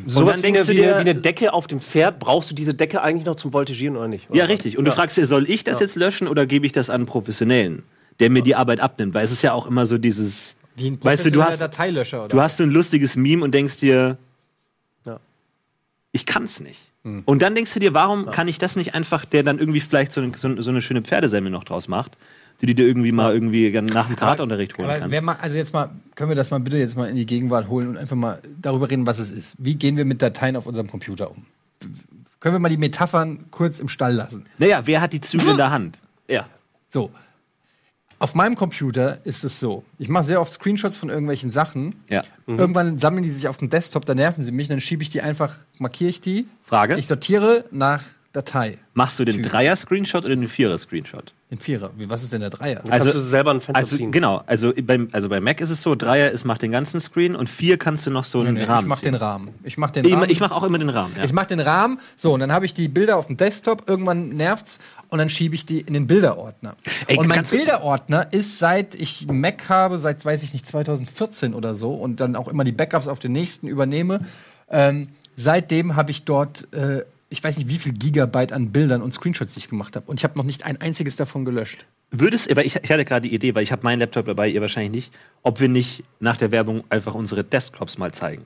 Speaker 3: Sowas wie
Speaker 2: denkst
Speaker 3: eine,
Speaker 2: du
Speaker 3: wie, eine,
Speaker 2: dir-
Speaker 3: wie eine Decke auf dem Pferd, brauchst du diese Decke eigentlich noch zum Voltigieren oder nicht?
Speaker 2: Ja,
Speaker 3: Oder?
Speaker 2: richtig. Und du fragst dir, soll ich das jetzt löschen oder gebe ich das an einen Professionellen, der mir die Arbeit abnimmt? Weil es ist ja auch immer so dieses.
Speaker 1: Wie ein
Speaker 2: Weißt du, du
Speaker 1: professioneller
Speaker 2: hast-
Speaker 1: Dateilöscher oder?
Speaker 2: Du hast so ein lustiges Meme und denkst dir,
Speaker 3: Ja.
Speaker 2: ich kann's nicht. Und dann denkst du dir, warum kann ich das nicht einfach, der dann irgendwie vielleicht so, ein- so, so eine schöne Pferdesemmel noch draus macht, die du dir irgendwie mal irgendwie gern nach dem Karateunterricht holen
Speaker 1: Aber
Speaker 2: kannst?
Speaker 1: wer mal, also jetzt mal, können wir das mal bitte jetzt mal in die Gegenwart holen und einfach mal darüber reden, was es ist. Wie gehen wir mit Dateien auf unserem Computer um? Können wir mal die Metaphern kurz im Stall lassen?
Speaker 2: Naja, wer hat die Zügel in der Hand?
Speaker 3: Ja.
Speaker 1: So. Auf meinem Computer ist es so. Ich mache sehr oft Screenshots von irgendwelchen Sachen.
Speaker 2: Ja.
Speaker 1: Irgendwann sammeln die sich auf dem Desktop, dann nerven sie mich, dann schiebe ich die einfach, markiere ich die.
Speaker 2: Frage?
Speaker 1: Ich sortiere nach Datei.
Speaker 2: Machst du den
Speaker 1: Typ.
Speaker 2: Dreier-Screenshot oder den Vierer-Screenshot?
Speaker 1: In Vierer. Wie, was ist denn der Dreier?
Speaker 3: Kannst
Speaker 2: Also-
Speaker 3: du selber ein Fenster
Speaker 2: Also,
Speaker 3: ziehen.
Speaker 2: genau, also, beim, also bei Mac ist es so, Dreier ist, macht den ganzen Screen und vier kannst du noch so einen
Speaker 1: Nee, ich
Speaker 2: Rahmen
Speaker 1: mache den
Speaker 2: ziehen.
Speaker 1: Rahmen. Ich mache den
Speaker 2: Ich
Speaker 1: Rahmen.
Speaker 2: mach- ich mache auch immer den Rahmen. Ja.
Speaker 1: Ich mache den Rahmen, so, und dann habe ich die Bilder auf dem Desktop, irgendwann nervt's und dann schiebe ich die in den Bilderordner.
Speaker 2: Ey,
Speaker 1: und mein
Speaker 2: kannst du-
Speaker 1: Bilderordner ist seit ich Mac habe, seit weiß ich nicht, 2014 oder so und dann auch immer die Backups auf den nächsten übernehme. Ähm, seitdem habe ich dort, äh, ich weiß nicht, wie viel Gigabyte an Bildern und Screenshots ich gemacht habe. Und ich habe noch nicht ein einziges davon gelöscht.
Speaker 2: Würdest, aber ich, ich hatte gerade die Idee, weil ich habe meinen Laptop dabei, ihr wahrscheinlich nicht, ob wir nicht nach der Werbung einfach unsere Desktops mal zeigen.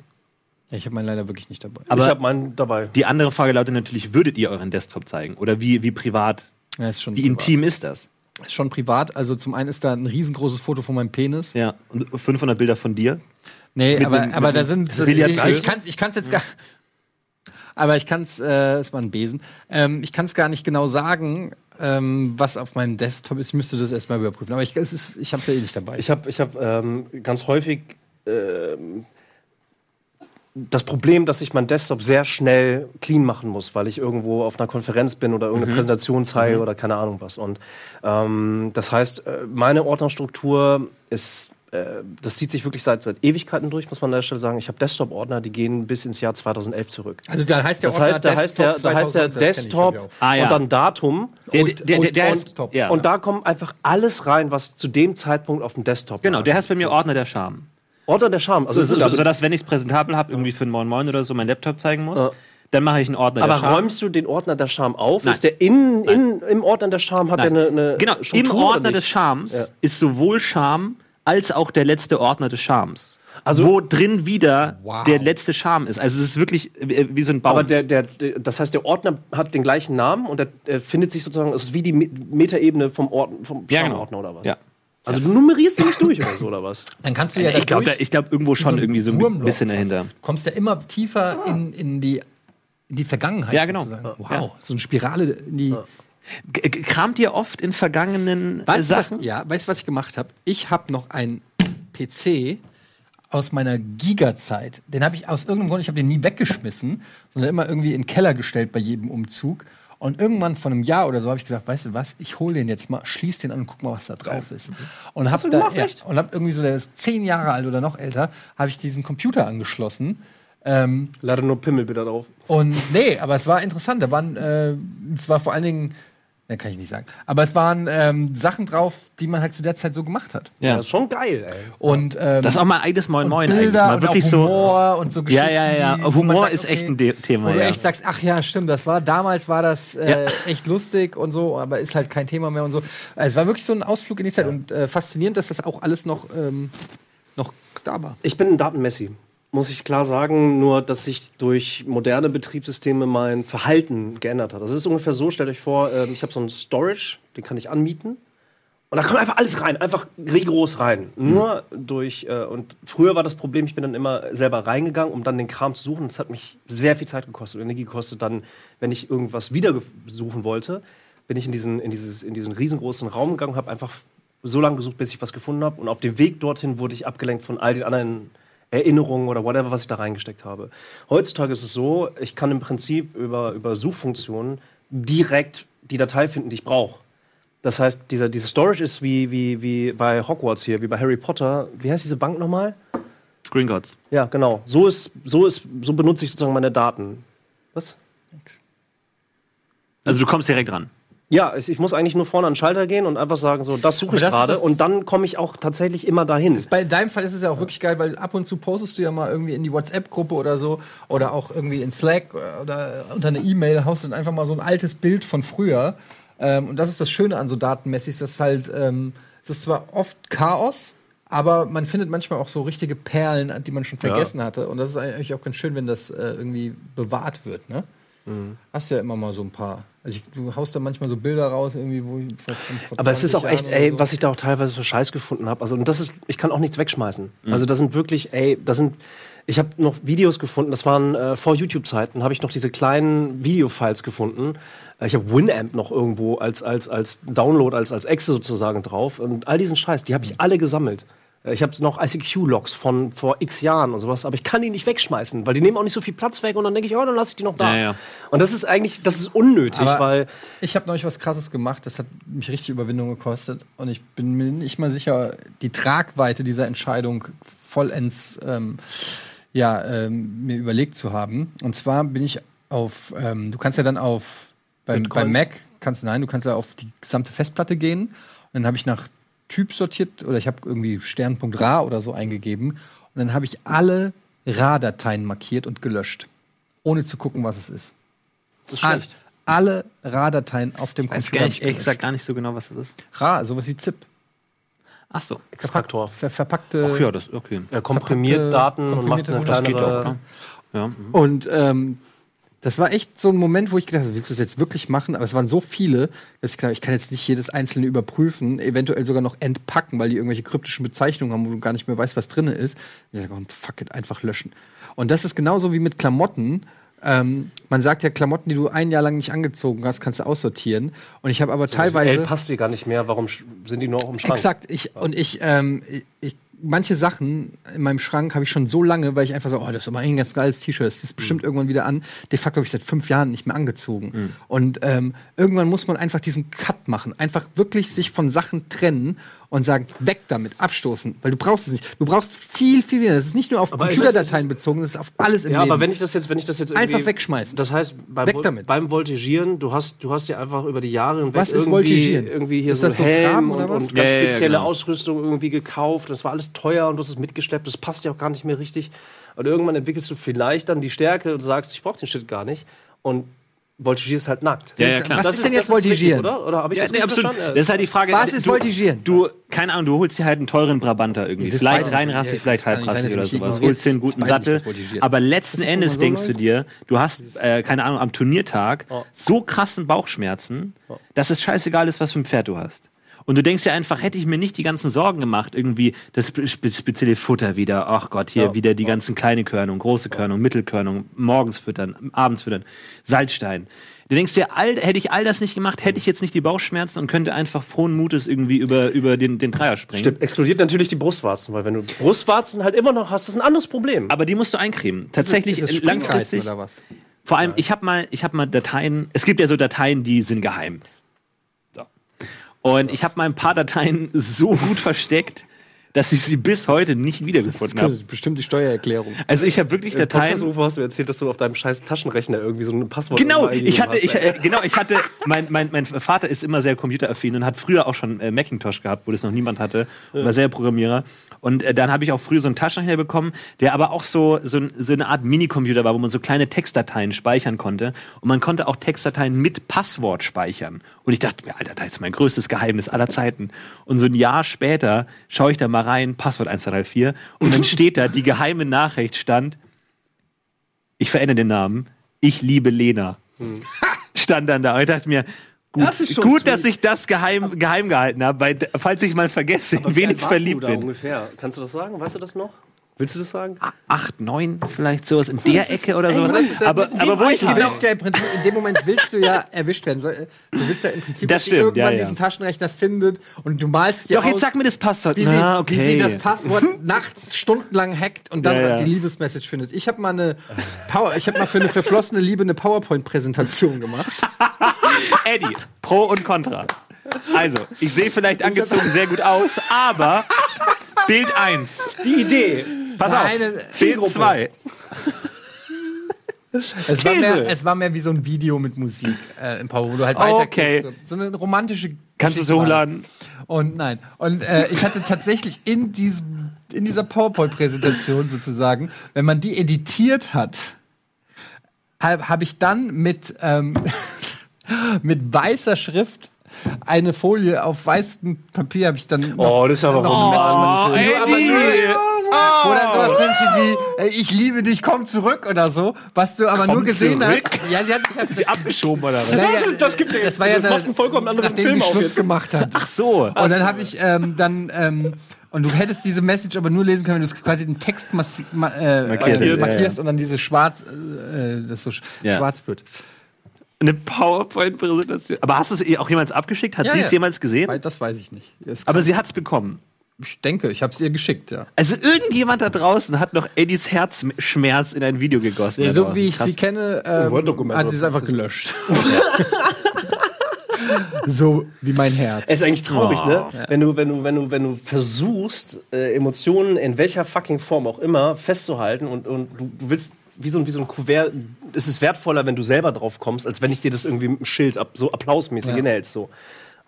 Speaker 1: Ja, Ich habe meinen leider wirklich nicht dabei.
Speaker 2: Aber
Speaker 3: ich habe meinen dabei.
Speaker 2: die andere Frage lautet natürlich, würdet ihr euren Desktop zeigen? Oder wie, wie privat,
Speaker 1: Ja, ist schon
Speaker 2: wie
Speaker 1: privat.
Speaker 2: intim ist das?
Speaker 1: Ist schon privat. Also zum einen ist da ein riesengroßes Foto von meinem Penis.
Speaker 2: Ja, und 500 Bilder von dir?
Speaker 1: Nee,
Speaker 2: Mit
Speaker 1: aber,
Speaker 2: dem-
Speaker 1: aber
Speaker 2: mit
Speaker 1: da
Speaker 2: dem-
Speaker 1: sind.
Speaker 2: das ist
Speaker 1: Ich,
Speaker 2: illegal.
Speaker 1: ich kann's, ich kann's jetzt gar. Aber ich kann's, äh, es war ein Besen. Ähm, ich kann's gar nicht genau sagen, ähm, was auf meinem Desktop ist. Ich müsste das erstmal überprüfen. Aber ich, es ist, ich hab's ja eh nicht dabei.
Speaker 3: Ich habe ich hab, ähm, ganz häufig ähm, das Problem, dass ich meinen Desktop sehr schnell clean machen muss, weil ich irgendwo auf einer Konferenz bin oder irgendeine Präsentation zeige oder keine Ahnung was. Und ähm, das heißt, äh, meine Ordnerstruktur ist. äh, Das zieht sich wirklich seit, seit Ewigkeiten durch, muss man an der Stelle sagen. Ich habe Desktop-Ordner, die gehen bis ins Jahr 2011 zurück.
Speaker 1: also da heißt der
Speaker 3: Das heißt, da heißt der, da heißt der
Speaker 1: 2019, das kenn ich, glaub ich
Speaker 3: Desktop
Speaker 1: auch.
Speaker 2: Ah, ja.
Speaker 3: und dann Datum.
Speaker 2: Der,
Speaker 1: Und-
Speaker 2: der, der,
Speaker 1: und-
Speaker 2: der
Speaker 1: und-
Speaker 2: ist,
Speaker 1: Desktop.
Speaker 2: ja.
Speaker 3: Und da kommt einfach alles rein, was zu dem Zeitpunkt auf dem Desktop
Speaker 2: genau,
Speaker 3: lag.
Speaker 2: der heißt bei mir Ordner der Scham.
Speaker 3: Ordner der Scham. Also
Speaker 2: So, so,
Speaker 3: gut,
Speaker 2: so,
Speaker 3: aber-
Speaker 2: sodass, wenn ich es präsentabel habe, irgendwie für ein Moin Moin oder so meinen Laptop zeigen muss,
Speaker 3: Ja.
Speaker 2: dann mache ich einen Ordner
Speaker 3: aber
Speaker 2: der Scham.
Speaker 3: räumst du den Ordner der Scham auf?
Speaker 2: Nein.
Speaker 3: Ist der in, in, im Ordner der Scham? Hat
Speaker 2: Nein.
Speaker 3: der eine, eine
Speaker 2: genau, im
Speaker 3: Struktur oder
Speaker 2: Ordner
Speaker 3: nicht?
Speaker 2: des Schams
Speaker 3: Ja.
Speaker 2: ist sowohl Scham als auch der letzte Ordner des Schams.
Speaker 3: Also-
Speaker 2: Also wo drin wieder
Speaker 1: Wow.
Speaker 2: der letzte Scham ist. Also es ist wirklich äh, wie so ein Baum.
Speaker 3: Aber der, der, der, das heißt, der Ordner hat den gleichen Namen und der, der findet sich sozusagen, es ist wie die Me- Metaebene vom, Ord, vom
Speaker 2: Ja, genau.
Speaker 3: Schamordner oder was?
Speaker 2: Ja.
Speaker 3: Also du nummerierst ihn nicht durch oder so oder was?
Speaker 1: Dann kannst du ja
Speaker 2: Äh, ich glaube,
Speaker 1: dadurch-
Speaker 2: ich glaube irgendwo schon
Speaker 1: ein
Speaker 2: irgendwie so ein
Speaker 1: Wurmloch
Speaker 2: bisschen
Speaker 1: fast.
Speaker 2: dahinter. Ah.
Speaker 1: Du kommst ja immer tiefer in, in, die, in die Vergangenheit.
Speaker 2: Ja, genau.
Speaker 1: sozusagen.
Speaker 2: Ja.
Speaker 1: Wow, so eine Spirale in die.
Speaker 2: G- g- Kramt ihr oft in vergangenen äh,
Speaker 1: Weißt du, was,
Speaker 2: Sachen?
Speaker 1: ja, weißt du, was ich gemacht habe? Ich habe noch einen PC aus meiner Giga-Zeit. Den habe ich aus irgendeinem Grund, ich habe den nie weggeschmissen, sondern immer irgendwie in den Keller gestellt bei jedem Umzug. Und irgendwann vor einem Jahr oder so habe ich gesagt, weißt du was, ich hole den jetzt mal, schließ den an und guck mal, was da drauf ist. Und habe
Speaker 3: du
Speaker 1: da
Speaker 3: gemacht,
Speaker 1: ja,
Speaker 3: echt?
Speaker 1: und hab irgendwie so, der ist zehn Jahre alt oder noch älter, habe ich diesen Computer angeschlossen. Ähm,
Speaker 3: Leider nur Pimmel bitte drauf.
Speaker 1: und nee, aber es war interessant. Da waren, äh, es war vor allen Dingen, ne, kann ich nicht sagen, aber es waren ähm, Sachen drauf, die man halt zu der Zeit so gemacht hat.
Speaker 2: Ja.
Speaker 3: Das ist schon geil, ey.
Speaker 1: Und ähm,
Speaker 2: Das ist auch mal ein eigenes Moin Moin eigentlich.
Speaker 1: Bilder
Speaker 2: Mal
Speaker 1: und auch
Speaker 2: wirklich so.
Speaker 1: Humor und so
Speaker 2: Ja, ja, ja.
Speaker 1: die-
Speaker 2: Auf
Speaker 1: wo man
Speaker 2: Humor
Speaker 1: sagt,
Speaker 2: ist
Speaker 1: okay,
Speaker 2: echt ein De- Thema.
Speaker 1: Wo du
Speaker 2: ja.
Speaker 1: echt sagst, ach ja, stimmt, das war damals war das äh,
Speaker 2: Ja.
Speaker 1: echt lustig und so, aber ist halt kein Thema mehr und so. Also, es war wirklich so ein Ausflug in die Zeit und äh, faszinierend, dass das auch alles noch, ähm, noch da war.
Speaker 3: Ich bin ein Datenmessi. Muss ich klar sagen, nur dass sich durch moderne Betriebssysteme mein Verhalten geändert hat. Also es ist ungefähr so, stellt euch vor, ähm, ich habe so einen Storage, den kann ich anmieten. Und da kommt einfach alles rein, einfach rigoros rein. Nur durch, äh, und früher war das Problem, ich bin dann immer selber reingegangen, um dann den Kram zu suchen. Das hat mich sehr viel Zeit gekostet und Energie gekostet. Dann, wenn ich irgendwas wieder gef- suchen wollte, bin ich in diesen, in dieses, in diesen riesengroßen Raum gegangen, habe einfach so lange gesucht, bis ich was gefunden habe. Und auf dem Weg dorthin wurde ich abgelenkt von all den anderen Erinnerungen oder whatever, was ich da reingesteckt habe. Heutzutage ist es so, ich kann im Prinzip über, über Suchfunktionen direkt die Datei finden, die ich brauche. Das heißt, dieser, diese Storage ist wie, wie, wie bei Hogwarts hier, wie bei Harry Potter. Wie heißt diese Bank nochmal?
Speaker 2: Green Gods.
Speaker 3: Ja, genau. So ist, so ist, so benutze ich sozusagen meine Daten. Was?
Speaker 2: Also du kommst direkt ran.
Speaker 3: Ja, ich, ich muss eigentlich nur vorne an den Schalter gehen und einfach sagen, so, das suche
Speaker 1: Aber
Speaker 3: ich
Speaker 1: das ist
Speaker 3: gerade.
Speaker 1: das-
Speaker 3: Und dann komme ich auch tatsächlich immer dahin.
Speaker 1: Bei in deinem Fall ist es ja auch wirklich geil, weil ab und zu postest du ja mal irgendwie in die WhatsApp-Gruppe oder so oder auch irgendwie in Slack oder unter eine E-Mail, haust du dann einfach mal so ein altes Bild von früher. Ähm, und das ist das Schöne an so datenmäßig, dass halt, ähm, es ist zwar oft Chaos, aber man findet manchmal auch so richtige Perlen, die man schon vergessen hatte. Und das ist eigentlich auch ganz schön, wenn das äh, irgendwie bewahrt wird, ne?
Speaker 3: Mhm.
Speaker 1: Hast ja immer mal so ein paar. Also ich, du haust da manchmal so Bilder raus, irgendwie, wo ich vor, vor vor
Speaker 3: Aber es ist
Speaker 1: 20
Speaker 3: auch echt,
Speaker 1: Jahren oder
Speaker 3: ey,
Speaker 1: so.
Speaker 3: was ich da auch teilweise für Scheiß gefunden habe. Also, und das ist, ich kann auch nichts wegschmeißen.
Speaker 1: Mhm.
Speaker 3: Also, das sind wirklich, ey, das sind, ich habe noch Videos gefunden, das waren äh, vor YouTube-Zeiten, habe ich noch diese kleinen Videofiles gefunden. Äh, Ich habe Winamp noch irgendwo als, als, als Download, als, als Exe sozusagen drauf. Und all diesen Scheiß, die habe
Speaker 1: Mhm.
Speaker 3: ich alle gesammelt. Äh, Ich habe noch ICQ-Logs von vor x Jahren und sowas, aber ich kann die nicht wegschmeißen, weil die nehmen auch nicht so viel Platz weg und dann denke ich, oh, dann lasse ich die noch da.
Speaker 2: Ja, ja.
Speaker 3: Und das ist eigentlich, das ist unnötig,
Speaker 1: Aber-
Speaker 3: weil
Speaker 1: Ich habe neulich was Krasses gemacht, das hat mich richtig Überwindung gekostet und ich bin mir nicht mal sicher, die Tragweite dieser Entscheidung vollends ähm, ja, ähm, mir überlegt zu haben. Und zwar bin ich auf, ähm, du kannst ja dann auf, beim,
Speaker 3: Bitcoins?
Speaker 1: beim Mac, kannst nein, du kannst ja auf die gesamte Festplatte gehen und dann habe ich nach Typ sortiert oder ich habe irgendwie Sternpunkt RA oder so eingegeben und dann habe ich alle RA-Dateien markiert und gelöscht, ohne zu gucken, was es ist.
Speaker 3: das ist
Speaker 1: All-
Speaker 3: schlecht.
Speaker 1: Alle RA-Dateien auf dem
Speaker 2: Weiß
Speaker 1: Computer.
Speaker 2: gar nicht,
Speaker 1: hab ich
Speaker 2: ehrlich gesagt gar nicht so genau, was das ist.
Speaker 1: RA, sowas wie ZIP.
Speaker 2: Ach so.
Speaker 3: Extraktor.
Speaker 1: Ver verpackte.
Speaker 2: Ach ja, das okay.
Speaker 3: Er komprimiert
Speaker 1: verpackte,
Speaker 3: Daten und macht
Speaker 1: komprimierte
Speaker 3: eine
Speaker 1: Daten.
Speaker 2: Das
Speaker 1: Das
Speaker 2: geht auch,
Speaker 3: kleinere.
Speaker 2: ne? Ja. mhm.
Speaker 1: Und ähm, das war echt so ein Moment, wo ich gedacht habe, willst du das jetzt wirklich machen? Aber es waren so viele, dass ich gedacht habe, ich kann jetzt nicht jedes einzelne überprüfen, eventuell sogar noch entpacken, weil die irgendwelche kryptischen Bezeichnungen haben, wo du gar nicht mehr weißt, was drin ist. Ich sage, komm, fuck it, einfach löschen. Und das ist genauso wie mit Klamotten. Ähm, man sagt ja, Klamotten, die du ein Jahr lang nicht angezogen hast, kannst du aussortieren. Und ich habe aber teilweise.
Speaker 3: Also L passt wie gar nicht mehr. Warum sch- sind die nur auch im Schrank?
Speaker 1: Exakt. Ich, und ich, ähm, ich- ich, manche Sachen in meinem Schrank habe ich schon so lange, weil ich einfach so, oh, das ist aber eigentlich ein ganz geiles T-Shirt, das ist
Speaker 3: Mhm.
Speaker 1: bestimmt irgendwann wieder an. De facto habe ich seit fünf Jahren nicht mehr angezogen. Und ähm, irgendwann muss man einfach diesen Cut machen. Einfach wirklich sich von Sachen trennen und sagen, weg damit, abstoßen. Weil du brauchst es nicht. Du brauchst viel, viel weniger. Das ist nicht nur auf
Speaker 3: Aber ist das-
Speaker 1: Computerdateien bezogen, das ist auf alles im
Speaker 3: Ja,
Speaker 1: Leben.
Speaker 3: aber wenn ich das jetzt, wenn ich das jetzt irgendwie-
Speaker 1: Einfach wegschmeißen.
Speaker 3: Das heißt, beim,
Speaker 1: Weg
Speaker 3: Vol-
Speaker 1: damit.
Speaker 3: beim Voltigieren, du hast, du hast ja einfach über die Jahre hinweg
Speaker 1: Was ist
Speaker 3: irgendwie,
Speaker 1: Voltigieren?
Speaker 3: irgendwie hier
Speaker 1: Ist
Speaker 3: so
Speaker 1: das so
Speaker 3: Helm
Speaker 1: Graben
Speaker 3: und,
Speaker 1: oder was?
Speaker 3: und ganz
Speaker 2: Ja, ja, ja,
Speaker 3: spezielle
Speaker 2: genau.
Speaker 3: Ausrüstung irgendwie gekauft. Das war alles teuer und du hast es mitgeschleppt. Das passt ja auch gar nicht mehr richtig. Und irgendwann entwickelst du vielleicht dann die Stärke und sagst, ich brauche den Shit gar nicht. Und voltigierst halt nackt.
Speaker 2: Ja, ja, klar.
Speaker 1: Was
Speaker 3: Das
Speaker 1: ist denn
Speaker 3: das
Speaker 1: jetzt
Speaker 3: richtig,
Speaker 1: Voltigieren?
Speaker 3: Oder, oder habe ich
Speaker 2: Ja,
Speaker 3: das
Speaker 2: nee,
Speaker 3: richtig
Speaker 2: absolut.
Speaker 3: verstanden?
Speaker 2: Das ist halt die Frage.
Speaker 1: Was ist
Speaker 2: du,
Speaker 1: Voltigieren?
Speaker 2: Du, keine Ahnung, du holst dir halt einen teuren Brabanter irgendwie.
Speaker 1: wisst
Speaker 2: Vielleicht
Speaker 1: beide,
Speaker 2: reinrassig,
Speaker 1: ihr-
Speaker 2: vielleicht
Speaker 1: das kann nicht sein,
Speaker 2: halbrassig
Speaker 1: dass
Speaker 2: oder
Speaker 1: ihr mich
Speaker 2: sowas.
Speaker 1: ignoriert.
Speaker 2: Holst dir einen
Speaker 1: Ich weiß
Speaker 2: guten
Speaker 1: nicht, was
Speaker 2: Sattel.
Speaker 1: Voltigieren ist.
Speaker 2: Aber
Speaker 1: Das
Speaker 2: letzten
Speaker 1: ist, wo
Speaker 2: Endes
Speaker 1: man so
Speaker 2: denkst du
Speaker 1: läuft.
Speaker 2: dir, du hast, äh, keine Ahnung, am Turniertag
Speaker 3: Oh.
Speaker 2: so krassen Bauchschmerzen, dass es scheißegal ist, was für ein Pferd du hast. Und du denkst dir einfach, hätte ich mir nicht die ganzen Sorgen gemacht, irgendwie das spe spe- spezielle Futter wieder, ach Gott, hier
Speaker 3: Ja.
Speaker 2: wieder die ganzen kleine Körnung, große Körnung, Mittelkörnung, morgens füttern, abends füttern, Salzstein. Du denkst dir, all, hätte ich all das nicht gemacht, hätte ich jetzt nicht die Bauchschmerzen und könnte einfach frohen Mutes irgendwie über, über den, den Dreier springen.
Speaker 3: Stimmt, explodiert natürlich die Brustwarzen, weil wenn du Brustwarzen halt immer noch hast, ist ein anderes Problem.
Speaker 2: Aber die musst du eincremen. Tatsächlich
Speaker 1: Ist es Springreiten
Speaker 2: langfristig.
Speaker 1: oder was?
Speaker 2: Vor allem, ich habe mal, ich habe mal Dateien. Es gibt ja so Dateien, die sind geheim. So. Und ich habe mal ein paar Dateien so gut versteckt, dass ich sie bis heute nicht
Speaker 4: Das
Speaker 2: wiedergefunden habe.
Speaker 4: ist bestimmt die Steuererklärung.
Speaker 2: Also ich habe wirklich Dateien.
Speaker 3: Podcast-Ufer hast du erzählt, dass du auf deinem scheiß Taschenrechner irgendwie so ein Passwort
Speaker 2: Genau,
Speaker 3: eingegeben
Speaker 2: ich hatte,
Speaker 3: hast,
Speaker 2: ich,
Speaker 3: ey.
Speaker 2: äh, genau, ich hatte, mein, mein, mein Vater ist immer sehr computeraffin und hat früher auch schon äh, Macintosh gehabt, wo das noch niemand hatte, und war sehr Programmierer. Und äh, dann habe ich auch früher so einen Taschenrechner bekommen, der aber auch so, so, ein- so eine Art Minicomputer war, wo man so kleine Textdateien speichern konnte. Und man konnte auch Textdateien mit Passwort speichern. Und ich dachte mir, Alter, das ist mein größtes Geheimnis aller Zeiten. Und so ein Jahr später schaue ich da mal rein, Passwort 1234, und dann steht da, die geheime Nachricht stand, ich verändere den Namen. Ich liebe Lena.
Speaker 1: Hm.
Speaker 2: Stand dann da. Und ich dachte mir, gut,
Speaker 3: Das ist schon
Speaker 2: gut
Speaker 3: sweet.
Speaker 2: dass ich das geheim, geheim gehalten habe, weil d- falls ich mal vergesse, in wen
Speaker 3: Wie alt
Speaker 2: ich
Speaker 3: warst
Speaker 2: verliebt
Speaker 3: du da
Speaker 2: bin.
Speaker 3: Ungefähr. Kannst du das sagen? Weißt du das noch? Willst du das sagen?
Speaker 2: Acht, neun, vielleicht sowas in der Ecke oder so.
Speaker 1: Das ist ja
Speaker 2: aber,
Speaker 1: in dem
Speaker 2: aber wo ich
Speaker 1: Alter.
Speaker 2: genau,
Speaker 4: Willst ja im Prinzip, in dem Moment willst du ja erwischt werden. So, äh, Du willst ja im Prinzip,
Speaker 2: Das
Speaker 1: dass sie
Speaker 2: stimmt,
Speaker 1: irgendwann
Speaker 2: ja, ja.
Speaker 1: diesen Taschenrechner findet und du malst dir
Speaker 2: Doch, jetzt
Speaker 1: aus,
Speaker 2: sag mir das Passwort.
Speaker 1: Wie,
Speaker 2: Na,
Speaker 1: sie,
Speaker 2: okay.
Speaker 1: wie sie das Passwort nachts stundenlang hackt und dann halt
Speaker 2: Ja, ja.
Speaker 1: die Liebesmessage findet. Ich habe mal eine Power, ich habe mal für eine verflossene Liebe eine PowerPoint-Präsentation gemacht.
Speaker 2: Eddie, Pro und Contra. Also, ich sehe vielleicht angezogen sehr gut aus, aber Bild 1.
Speaker 3: Die Idee.
Speaker 2: Pass
Speaker 1: Meine
Speaker 2: auf. Bild
Speaker 1: Zielgruppe.
Speaker 2: 2.
Speaker 1: Es war,
Speaker 3: These.
Speaker 1: mehr, es war mehr wie so ein Video mit Musik äh, im Power, wo du halt weiterklickst.
Speaker 2: Ah, Okay.
Speaker 1: So, so eine romantische
Speaker 2: Kannst du
Speaker 1: Geschichte
Speaker 2: so
Speaker 1: war das.
Speaker 2: hochladen?
Speaker 1: Und nein. Und äh, ich hatte tatsächlich in diesem, in dieser PowerPoint-Präsentation sozusagen, wenn man die editiert hat, habe hab ich dann mit, ähm, mit weißer Schrift eine Folie auf weißem Papier habe ich dann noch,
Speaker 3: Oh, das ist aber
Speaker 1: noch eine Message
Speaker 2: Oh, Eddie!
Speaker 1: wo dann sowas drin steht wie äh, ich liebe dich, komm zurück oder so, was du aber nur
Speaker 2: Komm
Speaker 1: gesehen
Speaker 2: zurück?
Speaker 1: hast. Ja, sie hat mich halt
Speaker 2: Sie abgeschoben oder was?
Speaker 1: Naja,
Speaker 3: Das- das gibt ja
Speaker 1: das
Speaker 3: jetzt-
Speaker 1: war ja
Speaker 3: das macht
Speaker 1: dann-
Speaker 3: einen vollkommen anderen
Speaker 1: nachdem
Speaker 3: Film
Speaker 1: sie
Speaker 3: auf
Speaker 1: Schluss
Speaker 3: jetzt.
Speaker 1: gemacht hat.
Speaker 2: Ach so.
Speaker 1: Und dann habe ich ähm, dann ähm, und du hättest diese Message aber nur lesen können, wenn du quasi den Text massi- ma äh,
Speaker 2: Markiert,
Speaker 1: äh,
Speaker 2: ja,
Speaker 1: markierst
Speaker 2: ja.
Speaker 1: und dann diese schwarz äh, äh, das so sch
Speaker 2: Ja.
Speaker 1: schwarz wird.
Speaker 2: Eine PowerPoint-Präsentation. Aber hast du es ihr auch jemals abgeschickt? Hat
Speaker 1: Ja,
Speaker 2: sie
Speaker 1: ja.
Speaker 2: es jemals gesehen?
Speaker 1: Weil Das weiß ich nicht. Das
Speaker 2: Aber sie hat es bekommen.
Speaker 1: ich denke, ich habe es ihr geschickt, ja.
Speaker 2: Also irgendjemand da draußen hat noch Eddies Herzschmerz in ein Video gegossen. da
Speaker 1: so
Speaker 2: draußen.
Speaker 1: wie ich
Speaker 2: Krass. Oh,
Speaker 1: sie kenne, ähm,
Speaker 3: Word-Dokument
Speaker 1: hat sie es einfach gelöscht. so wie mein Herz.
Speaker 3: Es ist eigentlich traurig, ne?
Speaker 2: Oh.
Speaker 3: Wenn du, wenn du, wenn du, wenn du versuchst, äh, Emotionen in welcher fucking Form auch immer festzuhalten und, und du, du willst wie so, ein- wie so ein Kuvert, es ist wertvoller, wenn du selber drauf kommst, als wenn ich dir das irgendwie mit einem Schild ab, so applausmäßig
Speaker 1: Ja.
Speaker 3: hinhältst. So.